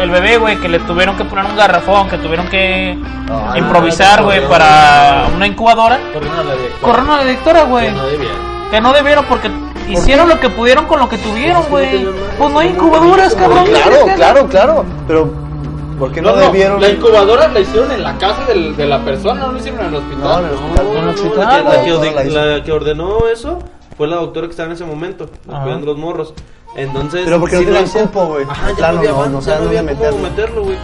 el bebé, güey, que le tuvieron que poner un garrafón, que tuvieron que improvisar, güey, para una incubadora. Corrieron a la directora, güey. Que no debieron porque hicieron lo que pudieron con lo que tuvieron, güey. Pues no hay incubadoras, cabrón. Claro, claro, claro. Pero, ¿por qué no, No, no, debieron? la incubadora la hicieron en la casa del- de la persona, no la hicieron en el hospital. No, en el hospital. No, En el hospital. Ah, La güey. que, doctora orde- la hizo. la que ordenó eso fue la doctora que estaba en ese momento, Ajá. cuidando los morros. Entonces, Pero porque sí no tenían lo hizo. tiempo, güey. Ajá, ya Claro, no había, no, van- no ya saben había dónde cómo meterlo. meterlo, güey.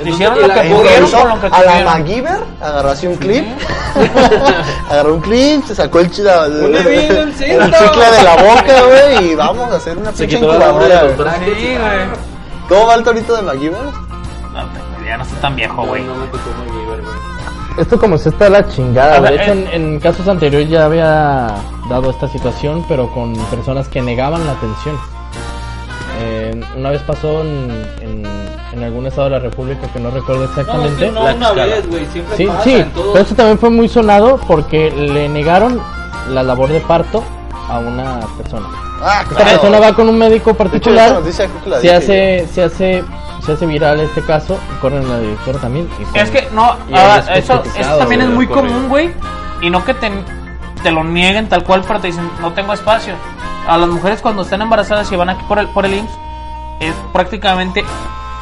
Hicieron Entonces, lo la que pudieron Improvisó con lo que a la tuvieron. MacGyver agarró así un clip, agarró un clip, se sacó el, chila, el, hilo, un cinto. chicle de la boca, güey, y vamos a hacer una Se pinche quitó la madre incubadora, del güey. doctor. Sí, güey. ¿Cómo va el torito de MacGyver? Ya no está tan viejo, güey. Esto como se está la chingada. A ver, De hecho, eh. en, en casos anteriores ya había dado esta situación, pero con personas que negaban la atención. Eh, una vez pasó en, en- en algún estado de la República que no recuerdo exactamente. No, sí, no, una vez, güey, siempre Sí, pasa sí, en todo. pero esto también fue muy sonado porque le negaron la labor de parto a una persona. Ah, Esta persona va con un médico particular, esta noticia creo que la se dije hace, se hace, se hace viral este caso, y corren a la directora también. y son- Es que no, y ah, es eso, eso justificado, también es güey, muy corre. común, güey. Y no que te, te lo nieguen tal cual, pero te dicen, no tengo espacio. A las mujeres cuando están embarazadas y van aquí por el, por el IMSS, es prácticamente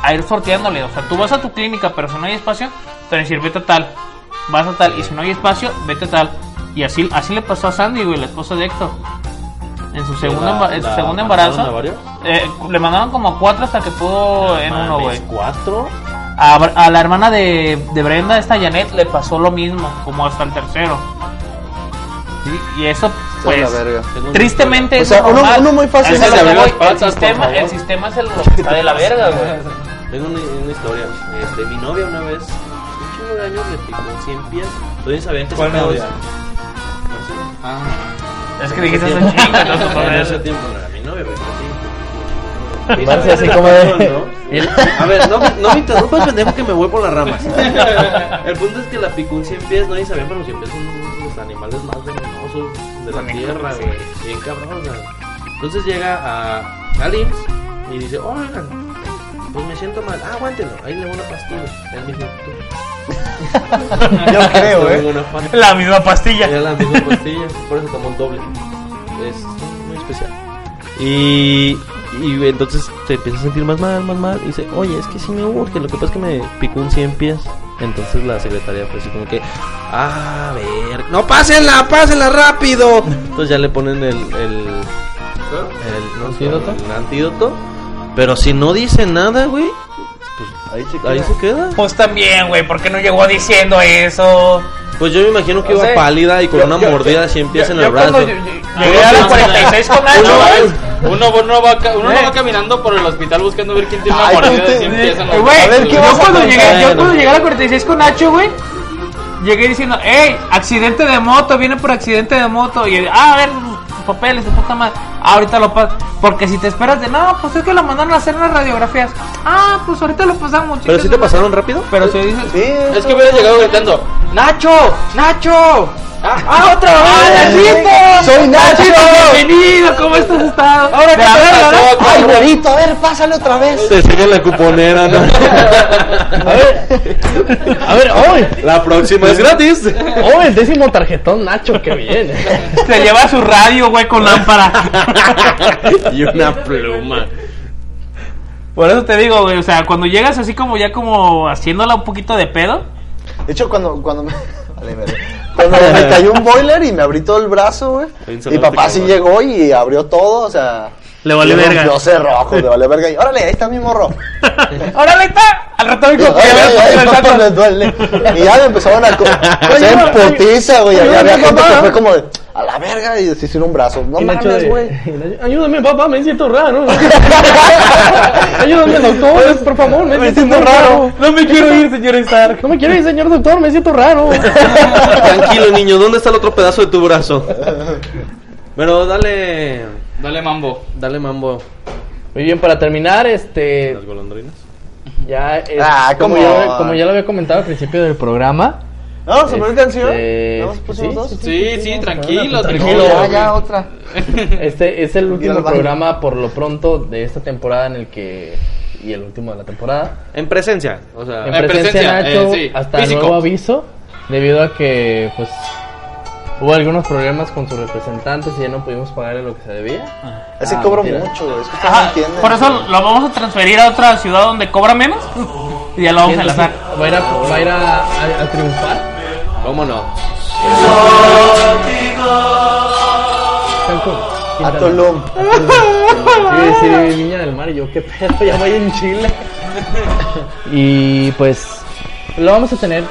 a ir sorteándole. O sea, tú vas a tu clínica, pero si no hay espacio, te van a decir, vete a tal. Vas a tal, y si no hay espacio, vete a tal. Y así, así le pasó a Sandy, güey, la esposa de Héctor. En su segundo, ¿La- emba- en su la segundo mandaron embarazo. a varios? eh, le mandaron como cuatro hasta que pudo en uno, güey. mames, ¿Cuatro? A, Br- a la hermana de, de Brenda, esta Janet, le pasó lo mismo, como hasta el tercero. Sí, y eso, Está de pues, la verga. tristemente O sea, es uno- normal. uno muy fácil Eso se es lo le que abrió voy. las patas, el, sistema, por favor. el sistema es el lo que está de la verga, güey. Tengo una, una historia. Este, mi novia una vez, un chingo de años, le picó 100 pies. Todavía sabían que ¿Cuál se acabó novia? Ah. eso. No sé. Es que dijiste En hace un ese chingo, tiempo. no te podrás. En ese tiempo no era mi novia, güey. Y sí. parece así Esa como era la de- razón, ¿no? A ver, no, me- no me interrumpas, pendejo, que me voy por las ramas. El punto es que la picó un 100 pies, nadie sabía, pero los 100 pies son uno de los animales más venenosos de la Conejo, tierra, sí. güey. Bien cabrón, o sea. Entonces llega a, al IMSS y dice, oigan, pues me siento mal. Ah, aguántenlo, ahí le voy una pastilla. El mismo Yo creo, Yo ¿eh? tengo una fan. La misma pastilla. Era la misma pastilla, por eso tomó el doble. Es muy especial. Y, y entonces te empiezas a sentir más mal, más mal. Y dice, oye, es que sí me urge. Lo que pasa es que me picó un 100 pies. Entonces la secretaria fue así como que, a ver, no pásenla, pásenla rápido. Entonces ya le ponen el, el, el, no, ¿Antídoto? el antídoto. Pero si no dice nada, güey, pues, ahí se queda. Ahí se queda. Pues también, güey, ¿por qué no llegó diciendo eso? Pues yo me imagino que No iba sé. pálida y con Yo- una yo- mordida yo- de 100 pies yo- en el yo cuando brazo. yo- yo- Llegué a los 46 con uno, algo, va- uno, uno va, ca- uno no Eh. va caminando por el hospital buscando ver quién tiene una Ay, mordida tú de te- 100 pies en la- Güey, yo, cuando llegué, yo Bueno. cuando llegué a la 46 con Nacho, güey, llegué diciendo, hey, accidente de moto, viene por accidente de moto. Y él, ah, a ver, tus papeles, tu puta madre. Ah, ahorita lo pasas. Porque si te esperas de, no, pues es que lo mandaron a hacer unas radiografías. Ah, pues ahorita lo pasamos, ¿Pero si chicas". te pasaron rápido? Pero si dices... Es que hubiera llegado gritando, ¡Nacho! ¡Nacho! ¡Ah, otra vez! ¡Soy Nacho! ¡Bienvenido! ¿Cómo estás estado? Ahora, De ¿qué la te verga, pasó, ¿verdad? cabrón? Güerito, a ver, pásale otra vez. Te enseñan la cuponera, ¿no? A ver, hoy. La próxima es gratis. Oh, el décimo tarjetón, Nacho, qué bien. Se lleva su radio, güey, con lámpara. y una pluma. Por eso te digo, güey, o sea, cuando llegas así como ya como haciéndola un poquito de pedo. De hecho, cuando, cuando me. Vale, verga. Cuando me cayó un boiler y me abrí todo el brazo, güey. Mi papá sí llegó y abrió todo, o sea. Le vale y verga. Yo cerrojo, le vale verga. Y órale, ahí está mi morro. ¡Órale, Ah, está! Al rato vengo Ay, ay, ay, el no, le duele. Y ya me empezaron a. co- Se empotiza, güey. Oye, Había había mi gente papá. que fue como de. A la verga, y deshicieron un brazo. No Y Nacho mames, de- güey. Ayúdame, papá, me siento raro. Ayúdame, Pues, doctor, por favor, me, siento, raro. No me quiero ir, señor Stark. No me quiero ir, señor doctor, me siento raro. Tranquilo, niño, ¿dónde está el otro pedazo de tu brazo? Pero dale. Dale mambo. Dale mambo. Muy bien, para terminar, este. Las golondrinas. Ya, eh, Ah, como, ¿cómo? ya, como ya lo había comentado al principio del programa. ¿No vamos a poner canción? Este, eh? ¿No vamos a poner dos? Sí, sí, tranquilo, pues, Tranquilo. tranquilo. Ya, ya, otra. Este es el al último baño. programa por lo pronto de esta temporada en el que y el último de la temporada. En presencia. O sea, En presencia, de Nacho, eh, sí, hasta físico. nuevo aviso, debido a que pues hubo algunos problemas con sus representantes y ya no pudimos pagarle lo que se debía. Ese Ah, cobro mentira. mucho, güey. Es que ustedes no Ajá, entienden. por eso lo vamos a transferir a otra ciudad donde cobra menos. Y ya lo vamos a enlazar. Va a ir a, va a, ir a- a- a triunfar. ¿Cómo no? Cancún. A Tulum. Sí, sí, Viña del Mar. Y yo, qué pedo, ya voy en Chile. y pues lo vamos a tener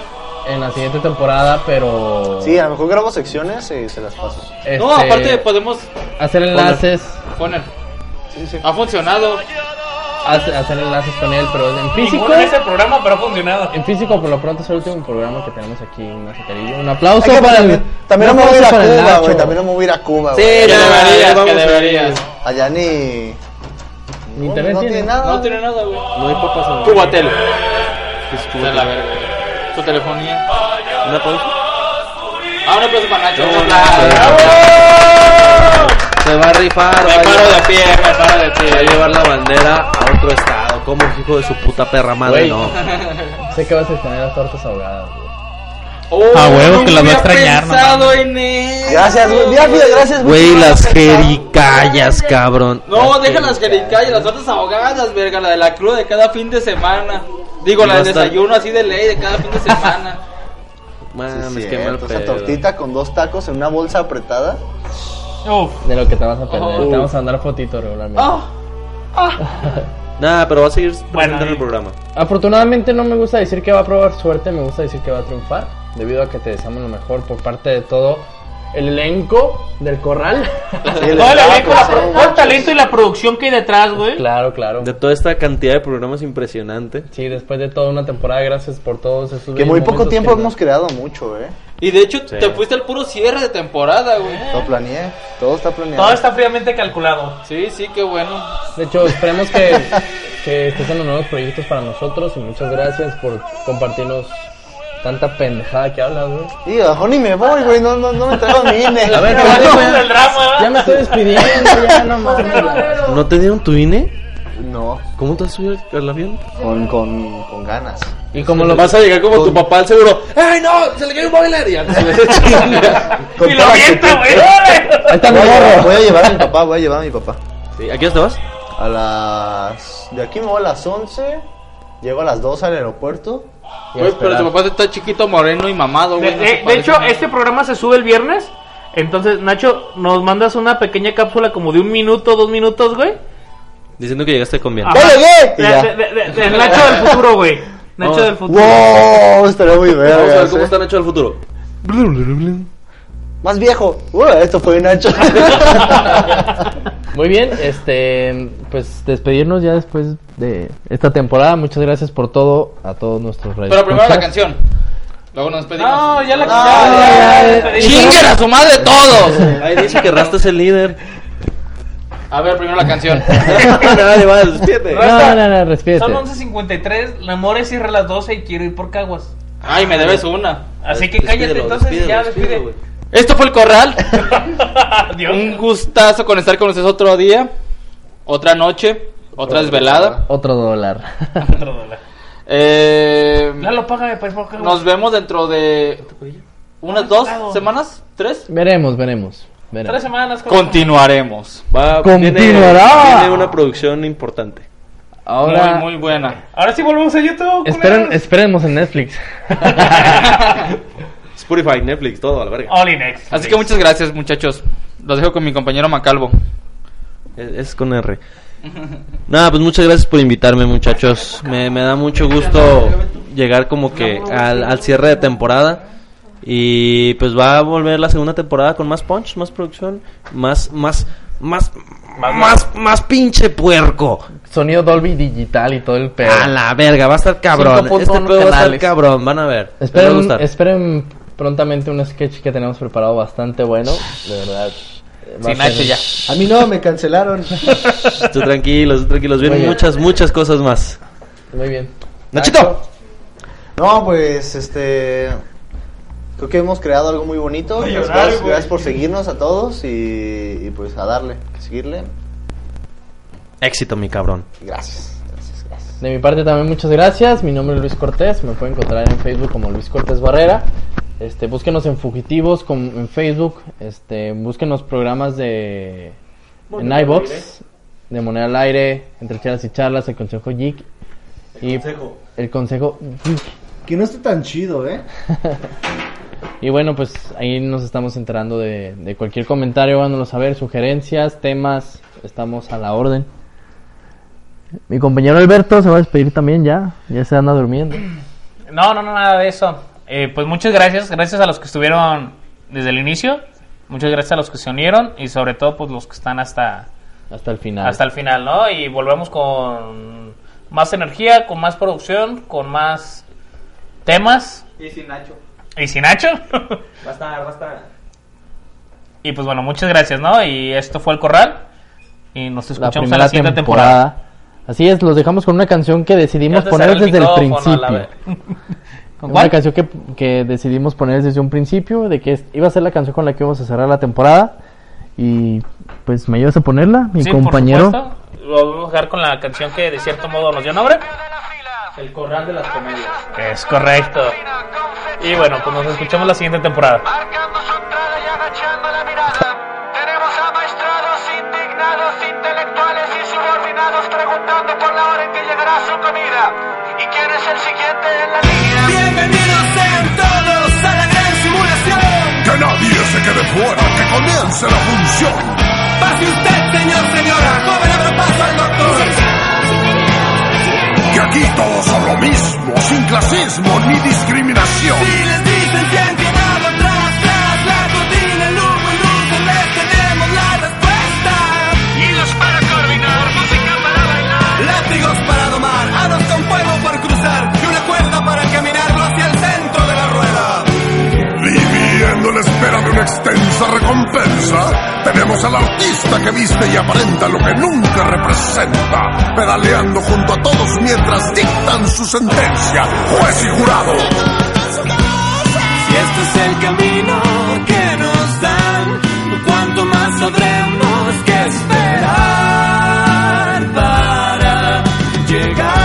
en la siguiente temporada, pero. Sí, a lo mejor grabo secciones y se las paso. Eh, No, este, aparte podemos Hacer enlaces. poner. Ha funcionado. hace- hacer enlaces con él, pero en físico. Ninguno de ese programa, pero ha funcionado. En físico, por lo pronto, es el último programa que tenemos aquí en Mazaterillo. Un aplauso Hay que- para el. también, también no un me voy a ir a aplauso para el Cuba, Nacho. güey. También no me voy a ir a Cuba, Sí, güey. que deberías, vamos que a- deberías. Allá ni. Ni no, internet no tiene. tiene nada. No tiene nada, güey. No hay papas. en- Cubatel. Es De la verga. Tu telefonía. ¿Una pausa? Ahora aplauso para Nacho. No, no, Bravo. Se va a rifar. Me va a paro de llevar- pie, me paro de Va a pie. llevar la bandera a otro estado. Como hijo de su puta perra Güey. madre, no. Sé que vas a extrañar las tortas ahogadas, güey. Oh, A huevo no que la va a había extrañar, pensado en él. Gracias, güey. Mira, mira, gracias, Güey, No las había pensado. jericayas, cabrón. No, deja las jericayas, las tortas ahogadas, verga, la de la cruda de cada fin de semana. Digo, Y la del basta- desayuno así de ley de cada fin de semana. Sí, Mames, es qué mal cierto, Esa pedo. tortita con dos tacos en una bolsa apretada. de lo que te vas a perder. Oh. Te vamos a mandar fotitos regularmente. Ah. Nada, pero va a seguir Bueno, presentando el programa. Afortunadamente no me gusta decir que va a probar suerte, me gusta decir que va a triunfar, debido a que te deseamos lo mejor por parte de todo el elenco del corral. Todo el pues, elenco, la pro- todo el talento y la producción que hay detrás, güey. Claro, claro. De toda esta cantidad de programas impresionante. Sí, después de toda una temporada, gracias por todos esos Que bellos muy poco momentos tiempo que- hemos creado mucho, eh. Y de hecho, Sí. te fuiste al puro cierre de temporada, güey. Eh. Lo planeé, todo está planeado. Todo está fríamente calculado. Sí, sí, qué bueno. De hecho, esperemos que, que estés en los nuevos proyectos para nosotros y muchas gracias por compartirnos tanta pendejada que hablas, güey. Y bajón y me voy, güey, no, no, no me traigo mi INE. A ver, No, ¿qué no, pasa? el drama. Ya me estoy despidiendo, ya no mames. ¿No te dieron tu INE? No. ¿Cómo te has subido al avión? Con, con, con ganas. Y como lo vas a llegar como tu papá al seguro. ¡Ay, no! ¡Se le cayó un boiler! Y ya se le chinga. Con toda la actitud. Voy a- Voy a llevar a mi papá, voy a llevar a mi papá. Sí, ¿A qué hora te vas? A las. De aquí me voy a las 11. Llego a las 2 al aeropuerto. y a Güey, pero esperar. tu papá está chiquito, moreno y mamado, De, güey. no de- se de parece hecho, nada. este programa se sube el viernes. Entonces, Nacho, nos mandas una pequeña cápsula como de un minuto, dos minutos, güey. Diciendo que llegaste con bien. Ajá. De- de- de- de- de Nacho del futuro, güey. Nacho Vamos. del futuro. ¡Wow! Estaría muy verga. Vamos a ver cómo ¿sí? está Nacho del futuro. Más viejo. Uh, esto fue Nacho. Muy bien, este, pues despedirnos ya después de esta temporada. Muchas gracias por todo a todos nuestros reyes. Pero primero la canción. Luego nos despedimos. No, ya la canción. ¡Chinguen a su madre todos! Ahí dice que Rasta es el líder. A ver, primero la canción. Nadie va, despídete. No, no, no, respírate. Son 11.53, la amor es ir a las 12 y quiero ir por Caguas. Ay, me debes una. Así que cállate Despídelo, entonces y ya despídelo, despide. Esto fue el corral. Un gustazo con estar con ustedes otro día, otra noche, otra desvelada. Otro dólar. Eh, Lalo, págame pues, por Caguas. nos vemos dentro de unas dos semanas, tres. Veremos, veremos. veremos. Tres semanas. Caguas. Continuaremos. Va, Continuará. Viene, viene una producción importante. Ahora- muy, muy buena. Ahora sí volvemos a YouTube. Esperen, esperemos en Netflix. Spotify, Netflix, todo a la verga. All in next. Así que muchas gracias, muchachos. Los dejo con mi compañero Macalvo. Es, es con R. Nada, pues muchas gracias por invitarme, muchachos. Me, me da mucho gusto llegar como que al, al cierre de temporada. Y pues va a volver la segunda temporada con más punch, más producción, más, más, más, más, más, pinche puerco. Sonido Dolby Digital y todo el pedo. A la verga, va a estar cabrón. Este 5.1 pedo va a estar canales. cabrón, van a ver. Les va a Esperen, gustar. esperen prontamente un sketch que tenemos preparado bastante bueno, de verdad. Eh, va Sin a H ser- ya. A mí no, me cancelaron. Tú tranquilos, tú tranquilos. Vienen Oye. muchas, muchas cosas más. Muy bien. Nachito. No, pues este. Creo que hemos creado algo muy bonito. Voy a Pues, llorar, gracias, güey. gracias por seguirnos a todos y, y, pues a darle, que seguirle. Éxito, mi cabrón. Gracias. De mi parte también muchas gracias. Mi nombre es Luis Cortés. Me pueden encontrar en Facebook como Luis Cortés Barrera. Este, búsquenos en Fugitivos como en Facebook. Este, búsquenos programas de en Moneda al iBox, de Moneda al Aire, entre charlas y charlas, el Consejo Geek y Consejo. el Consejo Geek. Que no esté tan chido, ¿eh? Y bueno, pues ahí nos estamos enterando de, de cualquier comentario, a saber, sugerencias, temas, estamos a la orden. Mi compañero Alberto se va a despedir también ya, ya se anda durmiendo. No, no, no, nada de eso. Eh, pues muchas gracias, gracias a los que estuvieron desde el inicio, muchas gracias a los que se unieron y sobre todo pues los que están hasta Hasta el final. hasta el final, ¿no? Y volvemos con más energía, con más producción, con más temas Y sin Nacho. y sin Nacho. Va a estar, va a estar. y pues bueno, muchas gracias, ¿no? Y esto fue el corral y nos la escuchamos en primera la siguiente temporada. temporada. Así es, los dejamos con una canción que decidimos Ya te poner cerré desde el micrófono, a la principio. vez. ¿Con Una cuál? canción que, que decidimos poner desde un principio, de que es- iba a ser la canción con la que íbamos a cerrar la temporada. Y pues me ayudas a ponerla, mi Sí, por compañero. supuesto. Lo vamos a dejar con la canción que de cierto modo nos dio nombre. El corral de las comedias. Es correcto. Y bueno, pues nos escuchamos la siguiente temporada. Bienvenidos sean todos a la gran simulación. Que nadie se que de fuera que comience la función. Pase usted, señor, señora, joven, abra paso al doctor. Que aquí todos son lo mismo, sin clasismo ni discriminación. Si les dicen que han quedado atrás, tras la cortina, el humo y luz, les tenemos la respuesta. Hilos para coordinar, música para bailar. Látigos para domar, aros con fuego por cruzar y una cuerda para caminarlo hacia el centro de la rueda. Viviendo en la espera de una extensa recompensa, tenemos al artista que viste y aparenta lo que nunca representa, pedaleando junto a todos mientras dictan su sentencia, juez y jurado. Si este es el camino que nos dan, ¿cuánto más habremos que esperar para llegar?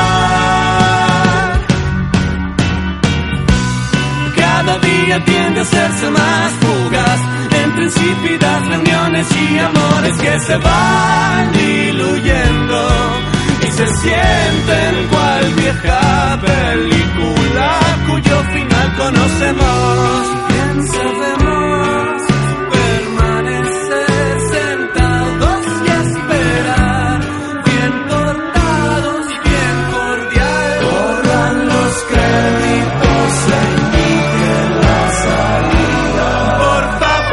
Cada día tiende a hacerse más fugaz entre insípidas reuniones y amores que se van diluyendo y se sienten cual vieja película cuyo final conocemos. Bien sabemos permanecer sentados y esperar, bien portados, bien cordial. Corran los créditos, indiquen la salida. Por favor.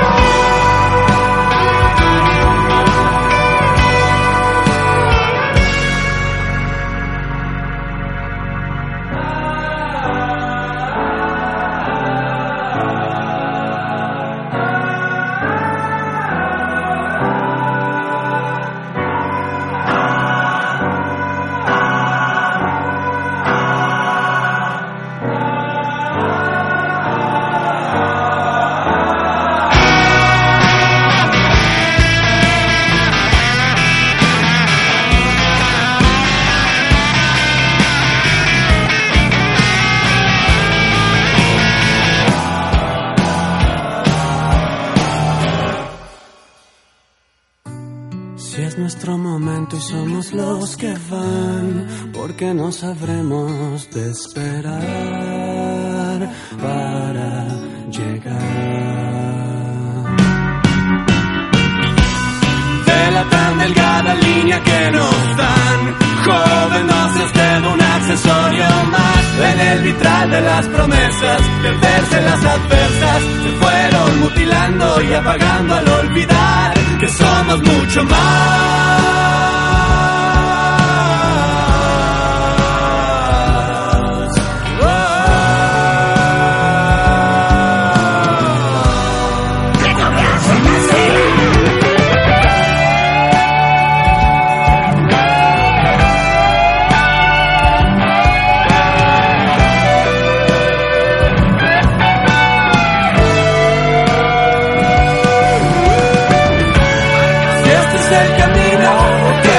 Si es nuestro momento y somos los que van, porque no sabremos de esperar para llegar. de la tan delgada línea que nos dan. Joven, no seas dedo, un accesorio más. En el vitral de las promesas, perderse las adversas, se fueron mutilando y apagando al olvidar que somos mucho más. Que comience la Si este es el camino que um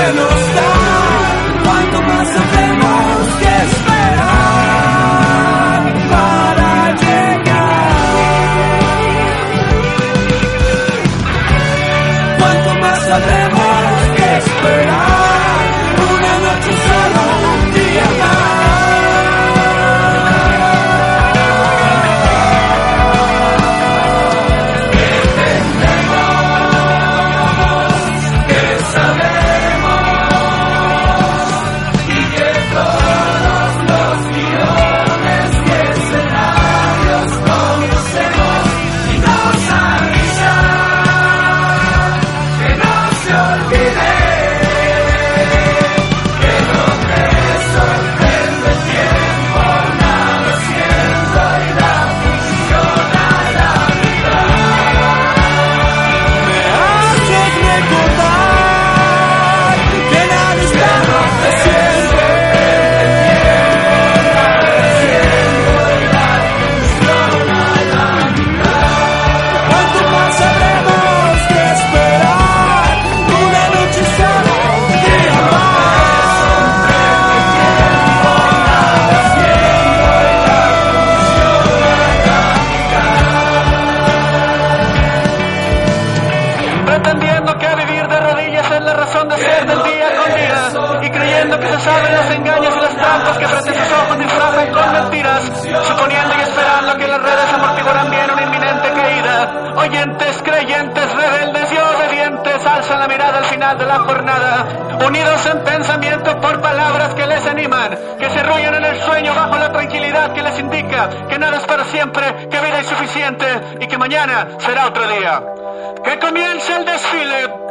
Oyentes, creyentes, rebeldes y obedientes, alzan la mirada al final de la jornada, unidos en pensamiento por palabras que les animan, que se arrullan en el sueño bajo la tranquilidad que les indica que nada es para siempre, que vida es suficiente y que mañana será otro día. Que comience el desfile